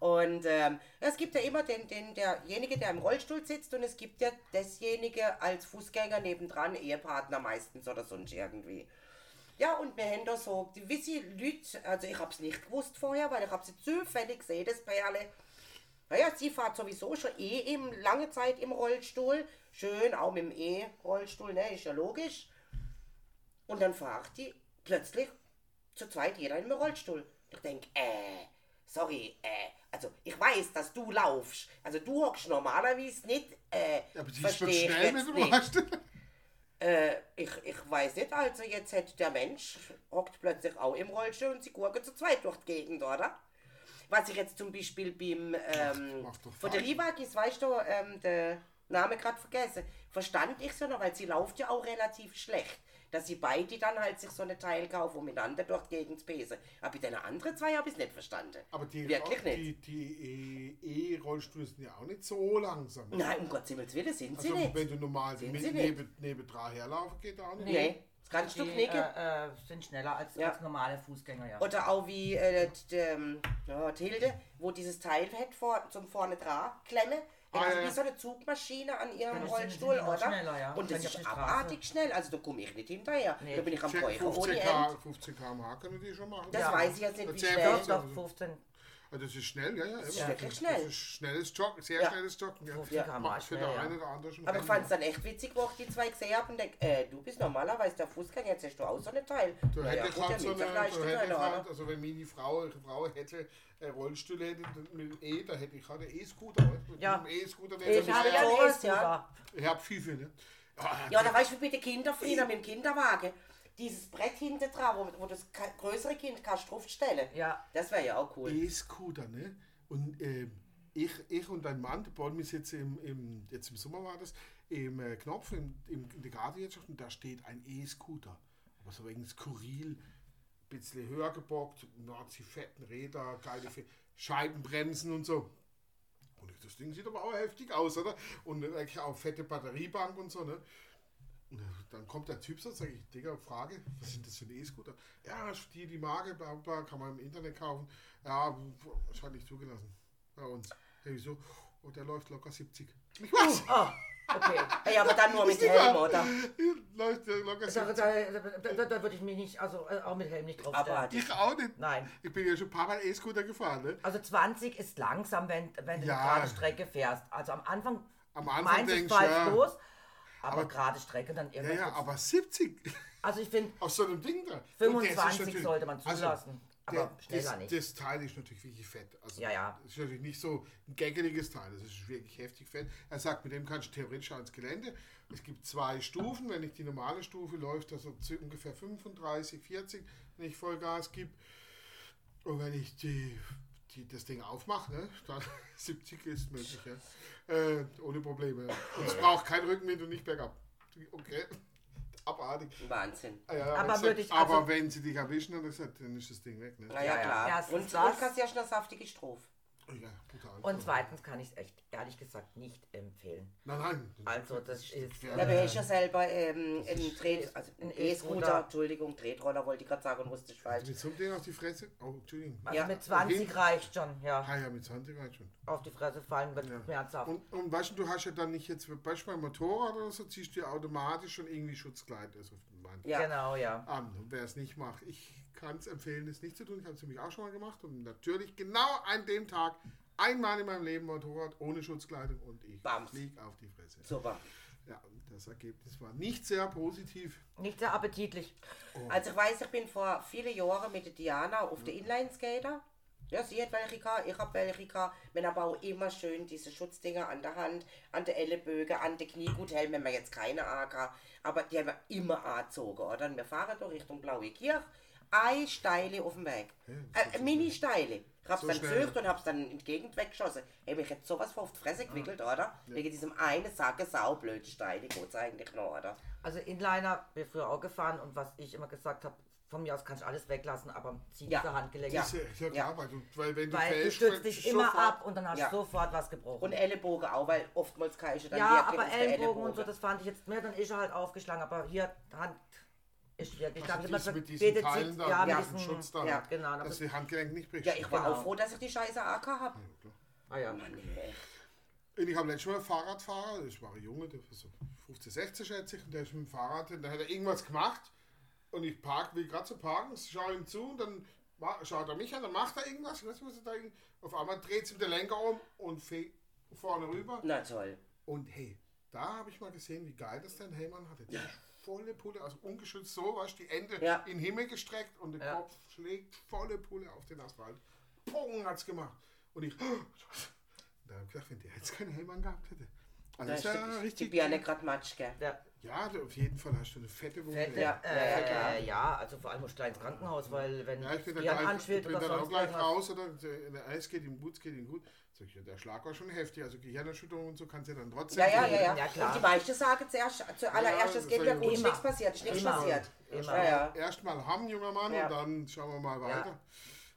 S1: Und ähm, es gibt ja immer den, den, derjenige, der im Rollstuhl sitzt und es gibt ja desjenige als Fußgänger nebendran, Ehepartner meistens oder sonst irgendwie. Ja, und wir haben da so gewisse Leute, also ich habe es nicht gewusst vorher, weil ich habe sie zufällig gesehen, das Perle. Naja, sie fährt sowieso schon eh im, lange Zeit im Rollstuhl. Schön, auch mit dem E-Rollstuhl, ne, ist ja logisch. Und dann fährt die plötzlich zu zweit jeder im Rollstuhl. Ich denk, äh, sorry, äh, also ich weiß, dass du laufst. Also du hockst normalerweise nicht, äh,
S2: Ja, aber die ist
S1: versteh
S2: schon
S1: ich
S2: schnell
S1: jetzt
S2: mit
S1: nicht.
S2: dem Arsch.
S1: Äh, ich, ich weiß nicht, also jetzt hätte der Mensch, hockt plötzlich auch im Rollstuhl und sie gurken zu zweit durch die Gegend, oder? Was ich jetzt zum Beispiel beim, ähm,
S2: Ach, doch
S1: von der
S2: falsch.
S1: Rivakis, weißt du, ähm, der Name gerade vergessen, verstand ich so noch, weil sie läuft ja auch relativ schlecht, dass sie beide dann halt sich so eine Teil kaufen, um miteinander durch die Gegend zu pesen. Aber bei den anderen zwei habe ich es nicht verstanden.
S2: Aber die,
S1: Wirklich nicht.
S2: die, die E- E-Rollstühle sind ja auch nicht so langsam.
S1: Nein, um Gottes Himmels Willen sind sie
S2: Also,
S1: nicht.
S2: wenn du normal
S1: Sind
S2: mit
S1: sie nicht.
S2: neben, nebendran herlaufen, geht auch nicht.
S1: Nee, das kannst du
S3: Die
S1: knicken.
S3: äh, äh, sind schneller als,
S1: Ja.
S3: als normale Fußgänger, ja.
S1: Oder auch wie äh, die, ähm, ja, die Hilde, wo dieses Teil hat vor, zum vorne dran klemme.
S2: Ah,
S1: also
S2: ja,
S1: wie
S2: ja.
S1: so eine Zugmaschine an ihrem
S3: Ja, das sind-
S1: Rollstuhl,
S3: sind die noch
S1: oder?
S3: schneller, ja.
S1: Und das
S3: Wenn die auf
S1: ist
S3: die Straße-
S1: abartig schnell. Also da komme ich nicht hinterher.
S3: Nee.
S1: Da bin ich am
S2: Zehn-
S1: Keuchen
S2: 15
S1: ohne
S2: km/h
S1: End.
S2: können die schon machen.
S1: Das
S3: Ja.
S1: weiß ich jetzt nicht, wie
S2: Erzähl
S1: schnell.
S2: mal.
S3: Doch, doch, 15,
S2: Ja, Ah, Das ist schnell, ja, ja. Das
S1: ist wirklich schnell.
S2: Das ist schnelles Joggen, sehr
S1: Ja.
S2: schnelles Joggen. Ja.
S3: 15 km/h
S2: Macht für
S3: schnell,
S2: den
S3: ja.
S2: einen oder anderen schon.
S1: Aber ich fand es dann echt witzig, wo ich die zwei gesehen habe und denke, äh, du bist normalerweise der Fußgänger, jetzt hast du auch so einen Teil.
S2: Du
S1: Na ja,
S2: hättest
S1: gut,
S2: halt
S1: dann
S2: so eine,
S1: müssen wir
S2: du
S1: gleich
S2: hättest
S1: stellen,
S2: halt,
S1: oder?
S2: also wenn meine Frau, ihre Frau hätte äh, Rollstühle hätte mit E, da hätte ich halt einen E-Scooter. weißt du, mit E
S3: Ja.
S2: einem E-Scooter. den
S1: Ich
S2: hätte
S1: hab
S2: ich
S1: ja-
S2: ja-
S1: sowas,
S2: Ich hab viel, viel, ne? Ah,
S1: Ja, da weißt du, wie bei den Kindern früher mit dem Kinderwagen. Dieses Brett hinten dran, wo, wo das ka- größere Kind kannst draufstellen.
S3: Ja.
S1: Das wäre ja auch cool.
S2: E-Scooter, ne? Und ähm, ich, ich und ein Mann, der Paul, wir sitzen im, im, jetzt im Sommer war das, im äh, Knopf, im, im, in der Gartenwirtschaft und da steht ein E-Scooter. Aber so wegen skurril, bisschen höher gebockt, nazi fetten Räder, geile Fe Scheibenbremsen und so. Und ich, das Ding sieht aber auch heftig aus, oder? Und eigentlich auch fette Batteriebank und so, ne? Und Dann kommt der Typ so und sagt, ich, Digga, Frage, was sind das für ein E-Scooter? Ja, ist die, die Marke, bla, bla, kann man im Internet kaufen. Ja, wahrscheinlich zugelassen bei uns. Hey, wieso? Und der läuft locker 70. Ich weiß,
S3: Ah, okay.
S1: Ey, aber dann nur mit
S2: nicht
S1: Helm,
S2: wahr.
S1: oder?
S2: läuft der locker
S3: Da,
S2: 70.
S3: da, da, da, da würde ich mich nicht, also äh, auch mit Helm nicht drauf
S1: Aber
S3: stellen.
S2: Ich auch nicht.
S3: Nein.
S2: Ich bin ja schon ein paar Mal E-Scooter gefahren, ne?
S3: Also 20 ist langsam, wenn, wenn
S2: Ja.
S3: du eine gerade Strecke fährst. Also am Anfang,
S2: Am Anfang
S3: meinst
S2: denkst du,
S3: du, fahrst
S2: ja.
S3: los, aber, gerade Strecke dann
S2: Ja,
S3: irgendwann.
S2: ja, aber 70
S3: also ich finde,
S2: auf so einem Ding da. Und der ist
S3: 25
S2: natürlich- also
S3: sollte man zulassen, aber
S2: der,
S3: schneller
S2: das,
S3: nicht.
S2: das Teil ist natürlich wirklich fett. Also
S3: Ja, ja.
S2: Das ist natürlich nicht so ein gaggeliges Teil, das ist wirklich heftig fett. Er sagt, mit dem kannst du theoretisch ans Gelände. Es gibt zwei Stufen. Wenn ich die normale Stufe läuft, das so zu ungefähr 35, 40, wenn ich Vollgas gebe. Und wenn ich die, die, das Ding aufmache, ne, dann 70 ist möglich, ja. äh, ohne Probleme. Und es braucht keinen Rückenwind und nicht bergab. Okay, abartig.
S1: Wahnsinn.
S2: Ah, ja, ja,
S3: Aber
S2: wenn's-
S3: würde ich-
S2: aber
S3: also-
S2: wenn sie dich erwischen, dann, gesagt, dann ist das Ding weg. Ne?
S1: Na ja,
S3: Ja, ja.
S1: klar.
S3: Erstens
S1: und
S3: das.
S1: und kannst ja schon eine saftige Strophe.
S2: Ja, brutal.
S3: und zweitens kann ich es echt, ehrlich gesagt, nicht empfehlen.
S2: Nein, nein.
S3: Also das ist...
S1: Ja, aber er ist ja selber ähm, ein Dreh, also ein
S3: ein
S1: E-Scooter,
S3: E-Scooter.
S1: Entschuldigung, Tretroller wollte ich gerade sagen und wusste ich falsch.
S2: Mit so einem Ding auf die Fresse? Oh, Entschuldigung.
S3: Also
S1: Ja.
S3: mit 20 reicht schon, ja.
S2: Ah ja, mit 20 reicht schon.
S3: Auf die Fresse fallen wird schmerzhaft.
S2: Und, und weißt du, du hast ja dann nicht jetzt, weißt du, beim Motorrad oder so, ziehst du ja automatisch schon irgendwie Schutzkleid. Also auf den Mann.
S1: Ja.
S3: Genau, ja.
S2: An. Und wer es nicht macht, ich kann es empfehlen, es nicht zu tun. Ich habe es nämlich auch schon mal gemacht und natürlich genau an dem Tag einmal in meinem Leben Motorrad ohne Schutzkleidung und ich
S1: Bams.
S2: flieg auf die Fresse.
S1: Super.
S2: Ja, und das Ergebnis war nicht sehr positiv.
S3: Nicht sehr appetitlich.
S2: Oh. Mhm.
S1: Also ich weiß, ich bin vor vielen Jahren mit der Diana auf der Inlineskater Ja, sie hat welche gehabt, ich hab welche gehabt. Männer bauen immer schön diese Schutzdinger an der Hand, an der Ellenbögen, an den Knie. Gut, helm haben wir jetzt keine AK, aber die haben wir immer angezogen, oder? Und wir fahren doch Richtung Blaue Kirche. Eine Steile auf dem Weg. Äh, Mini-Steile. Ich hab's
S2: So
S1: dann
S2: schnell.
S1: gezögert und hab's dann in die Gegend weggeschossen. Ey, mich jetzt sowas vor auf die
S2: Ah.
S1: Fresse gewickelt, oder? Wegen diesem einen Sacke saublöde Steile geht's eigentlich noch, oder?
S3: Also Inliner bin ich früher auch gefahren und was ich immer gesagt habe, von mir aus kannst du alles weglassen, aber zieh
S1: Ja.
S3: diese Handgelenke.
S1: Ja.
S2: Ist ja, ja klar, weil, du, weil wenn du
S3: Weil du
S2: fällst,
S3: stürzt
S2: fällst
S3: dich
S2: du
S3: immer
S2: sofort.
S3: ab und dann hast du
S1: Ja.
S3: sofort was gebrochen.
S1: Und Ellenbogen auch, weil oftmals kann ich dann
S3: ja,
S1: wirklich
S3: aber
S1: auf der
S3: Ellenbogen und so, das fand ich jetzt mehr, dann ist er halt aufgeschlagen, aber hier Hand ist
S2: Also
S3: wirklich. ich hab
S2: dies
S3: immer
S2: mit
S3: gesagt,
S2: diesen
S3: bitte
S2: Teilen
S3: zieht-
S2: da,
S3: ja,
S2: mit
S3: mit
S2: diesem
S3: diesen
S2: Schutz da,
S1: ja,
S3: genau, aber-
S2: dass die Handgelenk nicht bricht.
S1: Ja, ich war
S3: Genau.
S1: auch froh, dass ich die scheiße AK hab.
S3: Ah, ja.
S2: Und ich habe letztes Mal einen Fahrradfahrer, das war ein Junge, der war so 15, 16 schätze ich, und der ist mit dem Fahrrad, und da hat er irgendwas gemacht und ich park, will gerade so parken, schaue ihm zu und dann ma- schaut er mich an, dann macht er irgendwas, ich weiß, nicht, was er da irgend- auf einmal dreht sich der Lenker um und fegt vorne rüber.
S1: Na toll.
S2: Und hey, da habe ich mal gesehen, wie geil das dein Heymann hatte. Ja. Volle Pulle, also ungeschützt so, weißt du, die Ende
S1: Ja.
S2: in den Himmel gestreckt und der
S3: Ja.
S2: Kopf schlägt volle Pulle auf den Asphalt. Pong hat's gemacht. Und ich, da habe ich gedacht, wenn der jetzt keinen Heymann gehabt hätte. Also
S1: Da
S2: das
S1: ist
S2: ist ja
S1: die, die
S2: richtig.
S1: Birne gerade matsch, gell?
S3: Der
S2: Ja, du- auf jeden Fall hast du eine fette Wunde.
S3: fette,
S1: Ja, ja, ja,
S3: äh, ja, also vor allem musst du gleich ins Krankenhaus, weil wenn
S2: Ja, ich bin dann,
S3: Jan
S2: gleich, ich
S3: anschwillt
S2: bin
S3: oder
S2: dann auch
S3: sonst
S2: gleich
S3: irgendwas.
S2: raus oder in der Eis geht ihm gut, geht ihm gut. Sag ich, ja, der Schlag war schon heftig, also Gehirnerschütterung und so kannst du ja dann trotzdem.
S1: Ja, ja, ja, ja.
S3: Ja, klar.
S1: Und die meisten sagen zuerst, zuallererst, es
S2: das
S1: geht
S2: sag
S1: ja
S2: ich
S1: gut, ist
S3: immer.
S1: nichts passiert, ist nichts
S3: Immer.
S1: passiert.
S3: Immer.
S1: Ja, ja.
S2: Erstmal haben, junger Mann,
S1: Ja.
S2: und dann schauen wir mal weiter.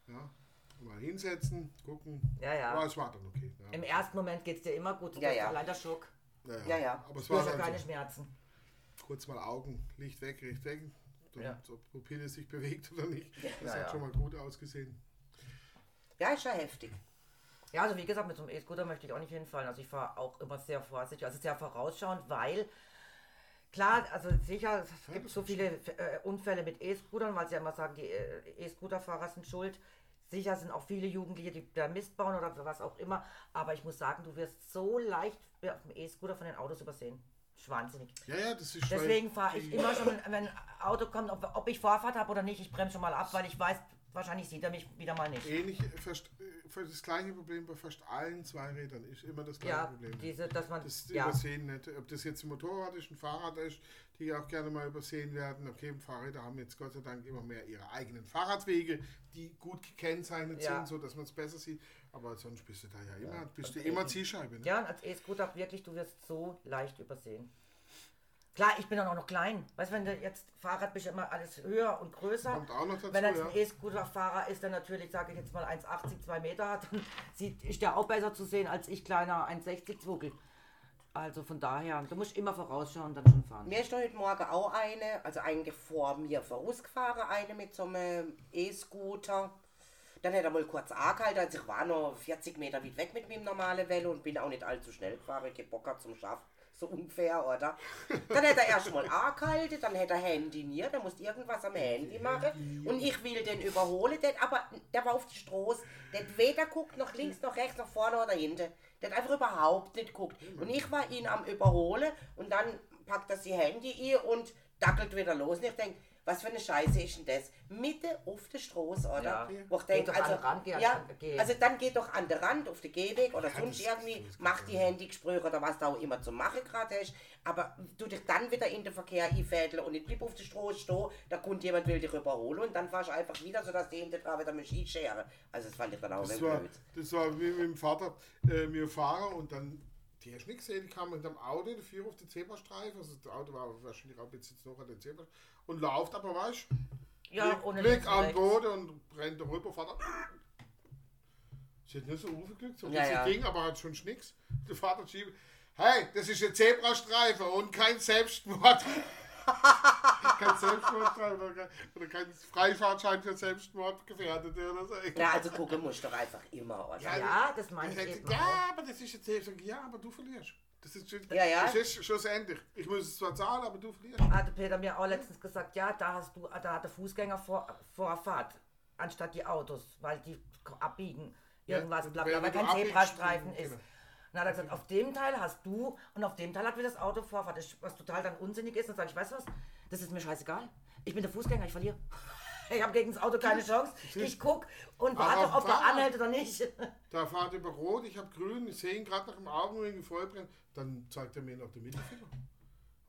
S2: Ja. Mal hinsetzen, gucken.
S3: Ja, ja.
S2: Aber es war dann okay. Ja.
S3: Im ersten Moment geht es dir immer gut, du
S1: Ja,
S3: hast
S1: ja.
S3: allein der Schock,
S1: Ja, ja.
S2: Aber es
S3: du
S2: war
S3: hast ja
S2: dann
S3: keine
S2: so.
S3: Schmerzen.
S2: kurz mal Augen, Licht weg, Licht weg. Dann,
S3: Ja.
S2: Ob Pupille sich bewegt oder nicht. Das
S3: Ja,
S2: hat
S3: ja.
S2: schon mal gut ausgesehen.
S1: Ja, ist ja heftig.
S3: Ja, also wie gesagt, mit so einem E-Scooter möchte ich auch nicht hinfallen. Also ich fahre auch immer sehr vorsichtig, also sehr vorausschauend, weil klar, also sicher, es gibt so viele äh, Unfälle mit E-Scootern, weil sie ja immer sagen, die äh, E-Scooter-Fahrer sind schuld. Sicher sind auch viele Jugendliche, die da Mist bauen oder was auch immer. Aber ich muss sagen, du wirst so leicht auf dem E-Scooter von den Autos übersehen. Ist Wahnsinnig.
S2: Ja, ja, das ist weil
S3: Deswegen fahre ich
S2: die-
S3: immer schon, wenn wenn ein Auto kommt, ob, ob ich Vorfahrt habe oder nicht, ich bremse schon mal ab, weil ich weiß, wahrscheinlich sieht er mich wieder mal nicht.
S2: Ähnlich, fast, äh, fast das gleiche Problem bei fast allen Zweirädern ist immer das gleiche
S3: Ja,
S2: Problem.
S3: diese, dass man,
S2: Das
S3: ja,
S2: übersehen nicht. Ob das jetzt ein Motorrad ist, ein Fahrrad ist, die auch gerne mal übersehen werden. Okay, Fahrräder haben jetzt Gott sei Dank immer mehr ihre eigenen Fahrradwege, die gut gekennzeichnet
S3: Ja.
S2: sind, so dass man es besser sieht. Aber sonst bist du da ja immer, bist du immer Zielscheibe. Ne?
S3: also ja, und als E-Scooter wirklich, du wirst so leicht übersehen. Klar, ich bin dann auch noch klein. Weißt du, wenn du jetzt Fahrrad bist, ja immer alles höher und größer.
S2: Kommt auch noch dazu,
S3: wenn jetzt
S2: ja.
S3: ein E-Scooter-Fahrer ist, dann natürlich, sage ich jetzt mal, 1,80, 2 Meter hat, dann sieht, ist der auch besser zu sehen als ich, kleiner 1,60 Zwuckel. Also von daher, du musst immer vorausschauen, dann schon fahren.
S1: Mir ist doch heute Morgen auch eine, also eigentlich vor mir vorausgefahren, eine mit so einem E-Scooter. Dann hat er mal kurz angehalten, also ich war noch 40 Meter weit weg mit meinem normalen Velo und bin auch nicht allzu schnell gefahren, kein Bock gehabt zum Schaffen, so ungefähr, oder? Dann hat er erst mal angehalten, dann hat er Handy mir, der muss irgendwas am Handy machen und ich will den überholen, den, aber der war auf die Straße, der hat weder guckt noch links noch rechts noch vorne oder hinten. Der hat einfach überhaupt nicht guckt. Und ich war ihn am Überholen und dann packt er sein Handy ein und dackelt wieder los. Und ich denke, was für eine Scheiße ist denn das? Mitte auf der Straße, oder?
S3: Ja.
S1: Wo ich denk,
S3: Geht doch
S1: also,
S3: an den Rand, geh halt an-
S1: ja,
S3: geh.
S1: also dann geht doch an den Rand, auf den Gehweg oder
S2: Ja,
S1: sonst
S2: das-
S1: irgendwie,
S2: das geht
S1: mach
S2: ja.
S1: die Handygespräche oder was da auch immer zu machen gerade hast, aber du dich dann wieder in den Verkehr einfädeln und nicht bleib auf der Straße stehen, da kommt jemand, will dich überholen und dann fahrst du einfach wieder, sodass die hinter dran wieder mich einscheren. Also das fand ich dann auch
S2: Das
S1: ein
S2: war,
S1: blöd.
S2: das war wie mit dem Vater, äh, mir Fahrer und dann, die hast du nicht gesehen, die kam mit dem Auto, der Führer auf den Zebrastreifen, also das Auto war wahrscheinlich auch jetzt jetzt noch an den Zebrastreifen und läuft aber, weißt du,
S3: Ja,
S2: Blick,
S3: ohne
S2: Blick
S3: links und
S2: am
S3: rechts.
S2: Boden und rennt da rüber, Vater. Sie hat nicht so aufgeglückt, so ein
S1: Ja,
S2: bisschen
S1: ja.
S2: ging, aber hat schon Schnicks. Der Vater schiebt, hey, das ist ein Zebrastreifen und kein Selbstmord. kein Selbstmordstreifen oder kein- oder kein Freifahrtschein für Selbstmordgefährdete oder so.
S1: Ja, also gucken musst du doch einfach immer, oder?
S2: Ja,
S3: Ja, das meine ich
S2: Sagt,
S3: eben auch.
S2: ja, aber das ist jetzt ich sag, ja, aber du verlierst. Das ist,
S1: Ja, ja.
S2: Das ist schlussendlich. Ich muss es zwar zahlen, aber du verlierst.
S3: Hatte Peter mir auch letztens gesagt, ja, da hast du, da hat der Fußgänger vor, Vorfahrt, anstatt die Autos, weil die k- abbiegen,
S2: Ja,
S3: irgendwas,
S2: und
S3: Also bla
S2: wer
S3: bla, weil
S2: wenn du
S3: kein
S2: abbiegst,
S3: Zebrastreifen
S2: genau.
S3: ist. Und dann hat er gesagt, auf dem Teil hast du und auf dem Teil hat wieder das Auto Vorfahrt, Das ist- was total dann unsinnig ist. Und sage ich, weißt du was, das ist mir scheißegal. Ich bin der Fußgänger, ich verliere. Ich habe gegen das Auto keine Chance. Ich guck und warte,
S2: Aber
S3: ob der
S2: Fahrrad-
S3: anhält oder nicht.
S2: Da fahrt über Rot, ich habe Grün, ich sehe ihn gerade nach dem Augenring vollbrennt. Dann zeigt er mir noch den Mittelfinger.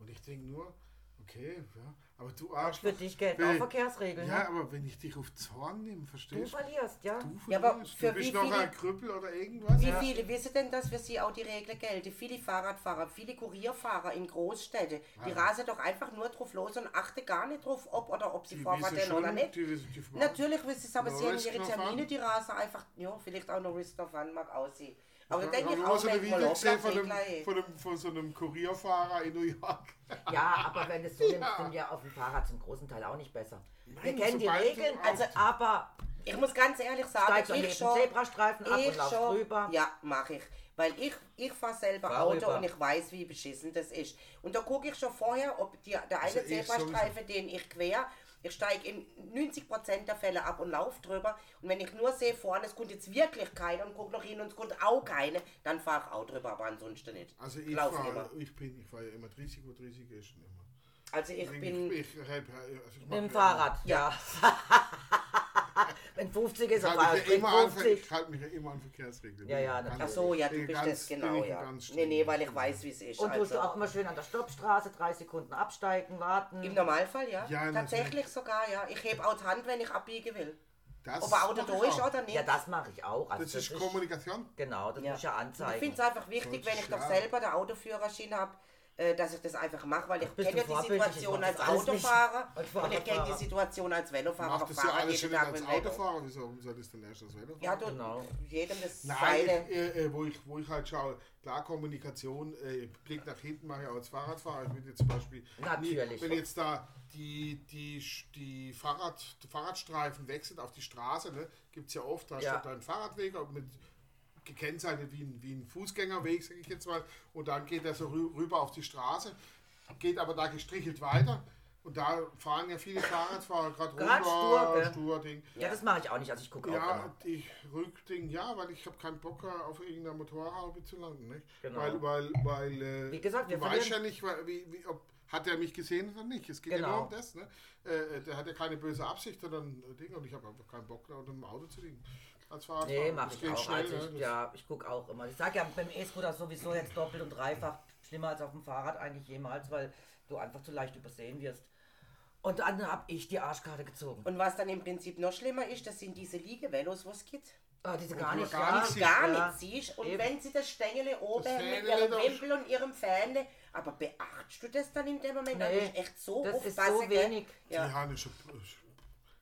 S2: Und ich denke nur, okay, ja, aber du Arschloch.
S3: Für dich gelten
S2: wenn-
S3: auch Verkehrsregeln.
S2: Ja,
S3: ne?
S2: aber wenn ich dich auf Zorn nehme,
S3: Du
S2: verstehst du?
S3: verlierst, ja.
S2: Du,
S1: Ja, aber
S2: verlierst.
S1: für
S2: du bist
S1: wie
S2: noch
S1: viele-
S2: ein Krüppel oder irgendwas.
S1: Wie
S2: Ja.
S1: viele wissen denn, dass für sie auch die Regeln gelten? Viele Fahrradfahrer, viele Kurierfahrer in Großstädten, die rasen doch einfach nur drauf los und achten gar nicht drauf, ob oder ob sie
S2: Die
S1: Vorfahrt
S2: wissen
S1: hätten oder
S2: schon,
S1: nicht.
S2: die wissen- die fahren.
S1: Natürlich wissen sie es, aber
S2: Ja,
S1: sie haben
S2: Risk
S1: ihre
S2: noch
S1: Termine,
S2: an.
S1: die rasen einfach, ja, vielleicht auch noch Risk of Fun mag aussehen. Aber da
S2: Ich
S1: denke ich
S2: habe
S1: auch,
S2: so ein
S1: wenn mal
S2: Video
S1: ob,
S2: gesehen
S1: dann
S2: von,
S1: geht
S2: einem,
S1: gleich.
S2: von, einem, von so einem Kurierfahrer in New York.
S3: Ja, aber wenn es so nimmt, sind ja auf dem Fahrrad zum großen Teil auch nicht besser. Wir
S2: Nein,
S3: kennen die
S2: sobald du
S3: Regeln,
S2: auf-
S3: also aber
S1: Ich muss ganz ehrlich sagen,
S3: steigst du neben
S1: ich
S3: dem
S1: schon.
S3: Zebrastreifen ab und
S1: Ich
S3: laufst
S1: schon.
S3: drüber.
S1: Ja, mache ich. Weil ich, ich fahre selber
S3: Fahr
S1: Auto
S3: rüber.
S1: und ich weiß, wie beschissen das ist. Und da gucke ich schon vorher, ob die, der eine
S2: Also ich
S1: Zebrastreifen, den ich quer, ich steige in 90% der Fälle ab und laufe drüber. Und wenn ich nur sehe, vorne, es kommt jetzt wirklich keiner und gucke noch hin und es kommt auch keine, dann fahre ich auch drüber, aber ansonsten nicht.
S2: Also ich
S1: Lauf immer.
S2: fahre, ich bin, ich fahre ja immer 30, wo 30 ist. und Immer.
S1: Also ich bin.
S2: ich, ich, hab- also ich
S3: mit dem
S2: mach-
S3: Fahrrad.
S1: Ja.
S3: Wenn 50 ist,
S2: Ich
S3: dann
S2: halte
S3: fahrst
S2: mich,
S3: du
S2: ja immer an-
S3: 50.
S2: ich halte mich ja immer an Verkehrsregeln.
S3: Ja, ja,
S2: Ganz-
S3: natürlich.
S1: Ach so, ja,
S2: bin
S1: du
S2: ich
S1: bist
S2: ganz-
S1: das, genau,
S2: bin ich
S1: ja.
S2: ganz
S1: Nee, nee,
S2: streng.
S1: weil ich weiß, wie es ist.
S3: Und tust
S1: also.
S3: du auch immer schön an der Stoppstraße, drei Sekunden absteigen, warten.
S1: Im Normalfall, ja.
S2: Ja, natürlich.
S1: Tatsächlich sogar, ja. Ich hebe auch die Hand, wenn ich abbiegen will.
S2: Das
S1: Ob ein Auto
S2: mach ich
S1: da ist
S2: auch.
S1: oder nicht.
S3: Ja, das mache ich auch. Also
S2: Das ist Kommunikation.
S3: Genau, das
S1: Ja.
S3: muss ich ja
S1: Und Ich
S3: anzeigen.
S1: finde es einfach wichtig,
S2: Sollte
S1: wenn
S2: ich
S1: ich doch
S2: ja.
S1: selber den Autoführerschein habe, dass ich das einfach mache, weil ich
S3: bist
S1: kenne ja
S3: du
S1: die
S3: vorbildlich,
S1: Situation
S3: ich mach
S1: als
S3: das alles nicht.
S1: Autofahrer und
S3: Als
S1: ich kenne die
S3: Fahrradfahrer.
S1: Situation als Velofahrer.
S2: Macht das
S1: Fahrer
S2: ja alles
S1: jeden
S2: schon nicht
S1: Tag
S2: als
S1: mit dem Velo.
S2: Autofahrer. Wieso warum soll das denn erst als Velofahrer?
S1: Ja, du,
S3: Genau.
S1: jedem das
S2: Nein,
S1: seine.
S2: ich, äh, äh, wo, ich, wo ich halt schaue, klar, Kommunikation, äh, Blick nach hinten mache ich auch als Fahrradfahrer. Ich würde jetzt zum Beispiel,
S3: Natürlich.
S2: wenn jetzt da die, die, die, Fahrrad, die Fahrradstreifen wechseln auf die Straße, ne, gibt es ja oft, da
S3: Ja.
S2: steht ein Fahrradweg auch mit gekennzeichnet wie ein, wie ein Fußgängerweg, sage ich jetzt mal, und dann geht er so rü rüber auf die Straße, geht aber da gestrichelt weiter. Und da fahren ja viele Fahrradfahrer gerade
S3: Grad stur,
S2: runter,
S3: gell?
S2: stur Ding.
S3: Ja, das mache ich auch nicht. Also ich gucke auch
S2: Ja,
S3: immer.
S2: ich rückding, ja, weil ich habe keinen Bock auf irgendeiner Motorhaube zu landen, nicht?
S3: Genau.
S2: Weil, weil, weil, äh,
S3: Wie gesagt, wir
S2: du weißt ja
S3: verlieren-
S2: nicht, weil- wie, wie, ob, hat er mich gesehen oder nicht. Es geht ja
S3: Genau.
S2: nur um das, ne? Äh, äh, der hat ja keine böse Absicht, sondern äh, Ding, und ich habe einfach keinen Bock, da unter dem Auto zu liegen. Als Fahrradfahrer.
S3: Nee, mache
S2: Das
S3: ich
S2: geht
S3: auch.
S2: schnell,
S3: also ich,
S2: ne?
S3: ja, ich gucke auch immer. Ich sage ja, beim E-Scooter sowieso jetzt doppelt und dreifach schlimmer als auf dem Fahrrad eigentlich jemals, weil du einfach zu leicht übersehen wirst. Und dann habe ich die Arschkarte gezogen.
S1: Und was dann im Prinzip noch schlimmer ist, das sind diese Liegevelos, wo es gibt.
S3: Ah, diese
S2: du
S3: gar nicht,
S2: gar
S3: ja.
S2: nichts siehst,
S1: Gar
S3: ja.
S1: nicht siehst und
S3: Eben.
S1: wenn sie das Stängele oben
S2: Das
S1: haben mit
S2: Stängele
S1: ihrem
S2: da ist-
S1: Wimpel und ihrem Fähnle, aber beachtest du das dann in dem Moment?
S3: Nee,
S1: da musst du echt so
S3: das ist
S1: aufpassen,
S3: so
S1: gell?
S3: wenig.
S2: Die
S1: Ja.
S2: haben ich schon, äh, schon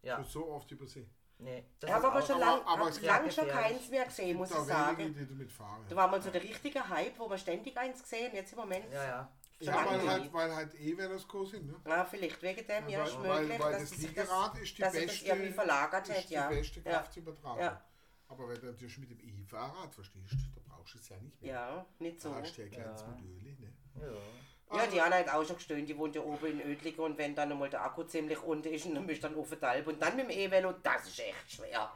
S3: Ja,
S2: so oft übersehen.
S3: nee.
S1: Ich habe aber schon lang,
S2: aber
S1: hab
S2: es
S1: lang
S3: gibt-
S1: schon
S3: gefährlich.
S1: keins mehr gesehen, muss ich
S2: Da wenige,
S1: sagen.
S2: die damit fahren.
S1: Da war mal so der richtige Hype, wo man ständig eins gesehen, jetzt im Moment.
S3: Ja, ja.
S2: Ja,
S1: schon
S2: weil
S1: lange
S2: halt,
S1: nicht.
S2: weil halt E-Velos groß sind, ne?
S1: Ah, vielleicht wegen dem, ja, ist
S2: weil, weil,
S1: möglich,
S2: weil
S1: dass
S2: das
S1: sich das,
S2: Liegerad ist die
S1: dass sich
S2: beste,
S1: das irgendwie verlagert
S2: ist
S1: hat,
S2: die
S1: ja.
S2: beste
S1: ja.
S2: Kraft zu übertragen.
S1: Ja.
S2: Aber wenn du natürlich mit dem E-Fahrrad verstehst, da brauchst du es ja nicht mehr.
S1: ja, nicht so.
S2: Da hast Also- du ja ein kleines Modul, ne?
S1: Ja, Diana hat auch schon gestöhnt, die wohnt ja oben in Ödlingen und wenn dann einmal der Akku ziemlich unten ist und dann bist du dann auf den Alp und dann mit dem E-Velo, das ist echt schwer.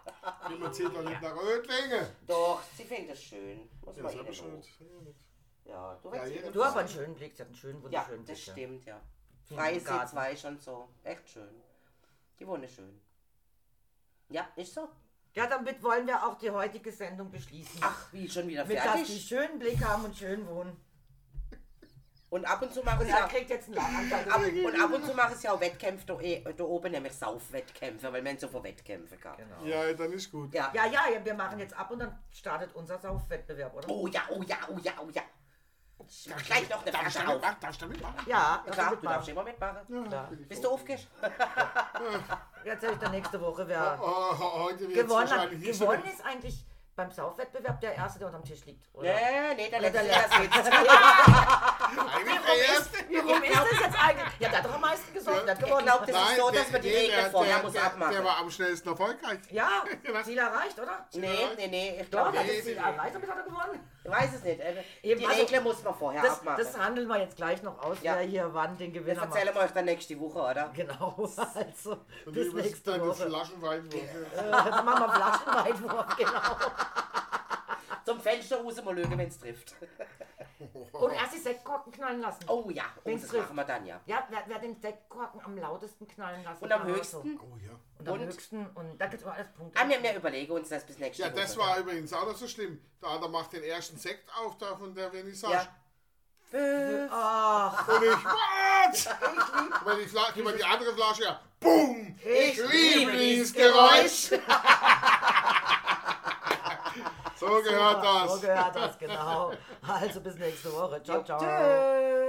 S2: Niemand zieht doch nicht nach Rötlingen.
S1: Doch, sie findet es schön. Muss man
S2: Ja, das hab
S1: ihnen
S2: ich schon.
S1: loben. Ja, du hast
S2: Ja,
S1: ja,
S2: jeder-
S3: Du hast aber einen schönen Blick, sie hat einen schönen,
S1: ja,
S3: wunderschönen
S1: das
S3: Blick.
S1: stimmt, ja.
S3: Vielen
S1: Freisee
S3: Garten.
S1: 2 schon so. Echt schön. Die wohnen schön. Ja, ist so.
S3: Ja, damit wollen wir auch die heutige Sendung beschließen.
S1: Ach, wie schon wieder
S3: Mit dass die
S1: fertig.
S3: schönen Blick haben und schön wohnen.
S1: Und ab und zu machen
S3: Und
S1: sie
S3: er
S1: auch,
S3: kriegt jetzt einen Lachanfall.
S1: ab, und ab und zu machen sie auch Wettkämpfe da, eh- da oben, nämlich Saufwettkämpfe, weil wir haben so viele Wettkämpfe gehabt.
S3: Genau.
S2: Ja, dann ist gut.
S1: Ja.
S3: Ja, ja, ja, wir machen jetzt ab und dann startet unser Saufwettbewerb, oder?
S1: Oh ja, oh ja, oh ja, oh ja. Ich mach gleich noch eine
S2: Darf ich
S1: Flasche
S2: damit
S1: auf.
S2: machen? Darf ich damit machen?
S3: Ja, das
S1: Klar,
S3: wird
S1: du darfst
S3: machen.
S1: immer mitmachen.
S3: Klar.
S1: Bist du aufgehst?
S3: Jetzt sag ich dann nächste Woche, wer
S2: Oh, heute wird es
S3: gewonnen hat.
S2: wahrscheinlich nicht so
S3: Gewonnen ist eigentlich beim Saufwettbewerb der Erste, der unterm Tisch liegt, oder? Äh,
S1: Nee, nee, der letzte,
S3: der
S1: der sitzt.
S2: Eigentlich der Erste.
S3: Wie rum ist das jetzt eigentlich? Ja, der hat doch am meisten gesoffen, der hat gewonnen.
S1: glaub, das- so, dass man die
S2: der-
S1: Regeln
S2: der-
S1: vorher
S2: der-
S1: muss
S2: der-
S1: abmachen.
S2: Der war am schnellsten erfolgreich.
S3: ja,
S2: Was?
S3: Ziel erreicht, oder?
S1: Nee, nee, nee, ich
S3: Doch,
S1: glaube,
S3: der hat
S2: Nee,
S3: das Ziel
S2: nee.
S3: erreicht, damit hat er gewonnen.
S1: ich weiß es nicht. Äh, Die
S3: Eben, also,
S1: Regeln muss man vorher
S3: Das,
S1: abmachen.
S3: das handeln wir jetzt gleich noch aus,
S1: Ja.
S3: wer hier wann den
S1: das
S3: Gewinner macht.
S1: erzählen wir euch dann nächste Woche, oder?
S3: Genau, also
S2: Und
S3: bis
S2: du bist
S3: nächste
S2: deine
S3: Woche.
S2: Flaschenwein.
S3: Äh, dann machen wir Flaschenweitwurf, genau.
S1: Zum Fenster raus mal lügen, wenn es trifft.
S3: Und erst die Sektkorken knallen lassen.
S1: Oh ja, oh,
S3: Wenn's
S1: das
S3: trifft.
S1: machen wir dann, ja.
S3: Ja, wer, wer den Sektkorken am lautesten knallen lassen
S1: Und am
S3: kann, oder
S1: höchsten?
S3: Genau so.
S2: Oh ja.
S3: Und am
S1: Und-
S3: höchsten. Und da gibt es immer alles Punkte.
S1: Ah, wir, wir überlegen uns das bis nächste
S2: Ja,
S1: Woche.
S2: das war übrigens auch noch so schlimm. Der andere macht den ersten Sekt auf da von der Vernissage.
S1: Ja. Fünf.
S3: Ach,
S2: Und ich, was? Guck mal, die, Fla guck mal, die andere Flasche, ja. Boom! Ich, liebe dieses Geräusch. so gehört
S3: super,
S2: das.
S3: So gehört das, genau. Also bis nächste Woche. Ciao, ciao.
S1: Tschüss.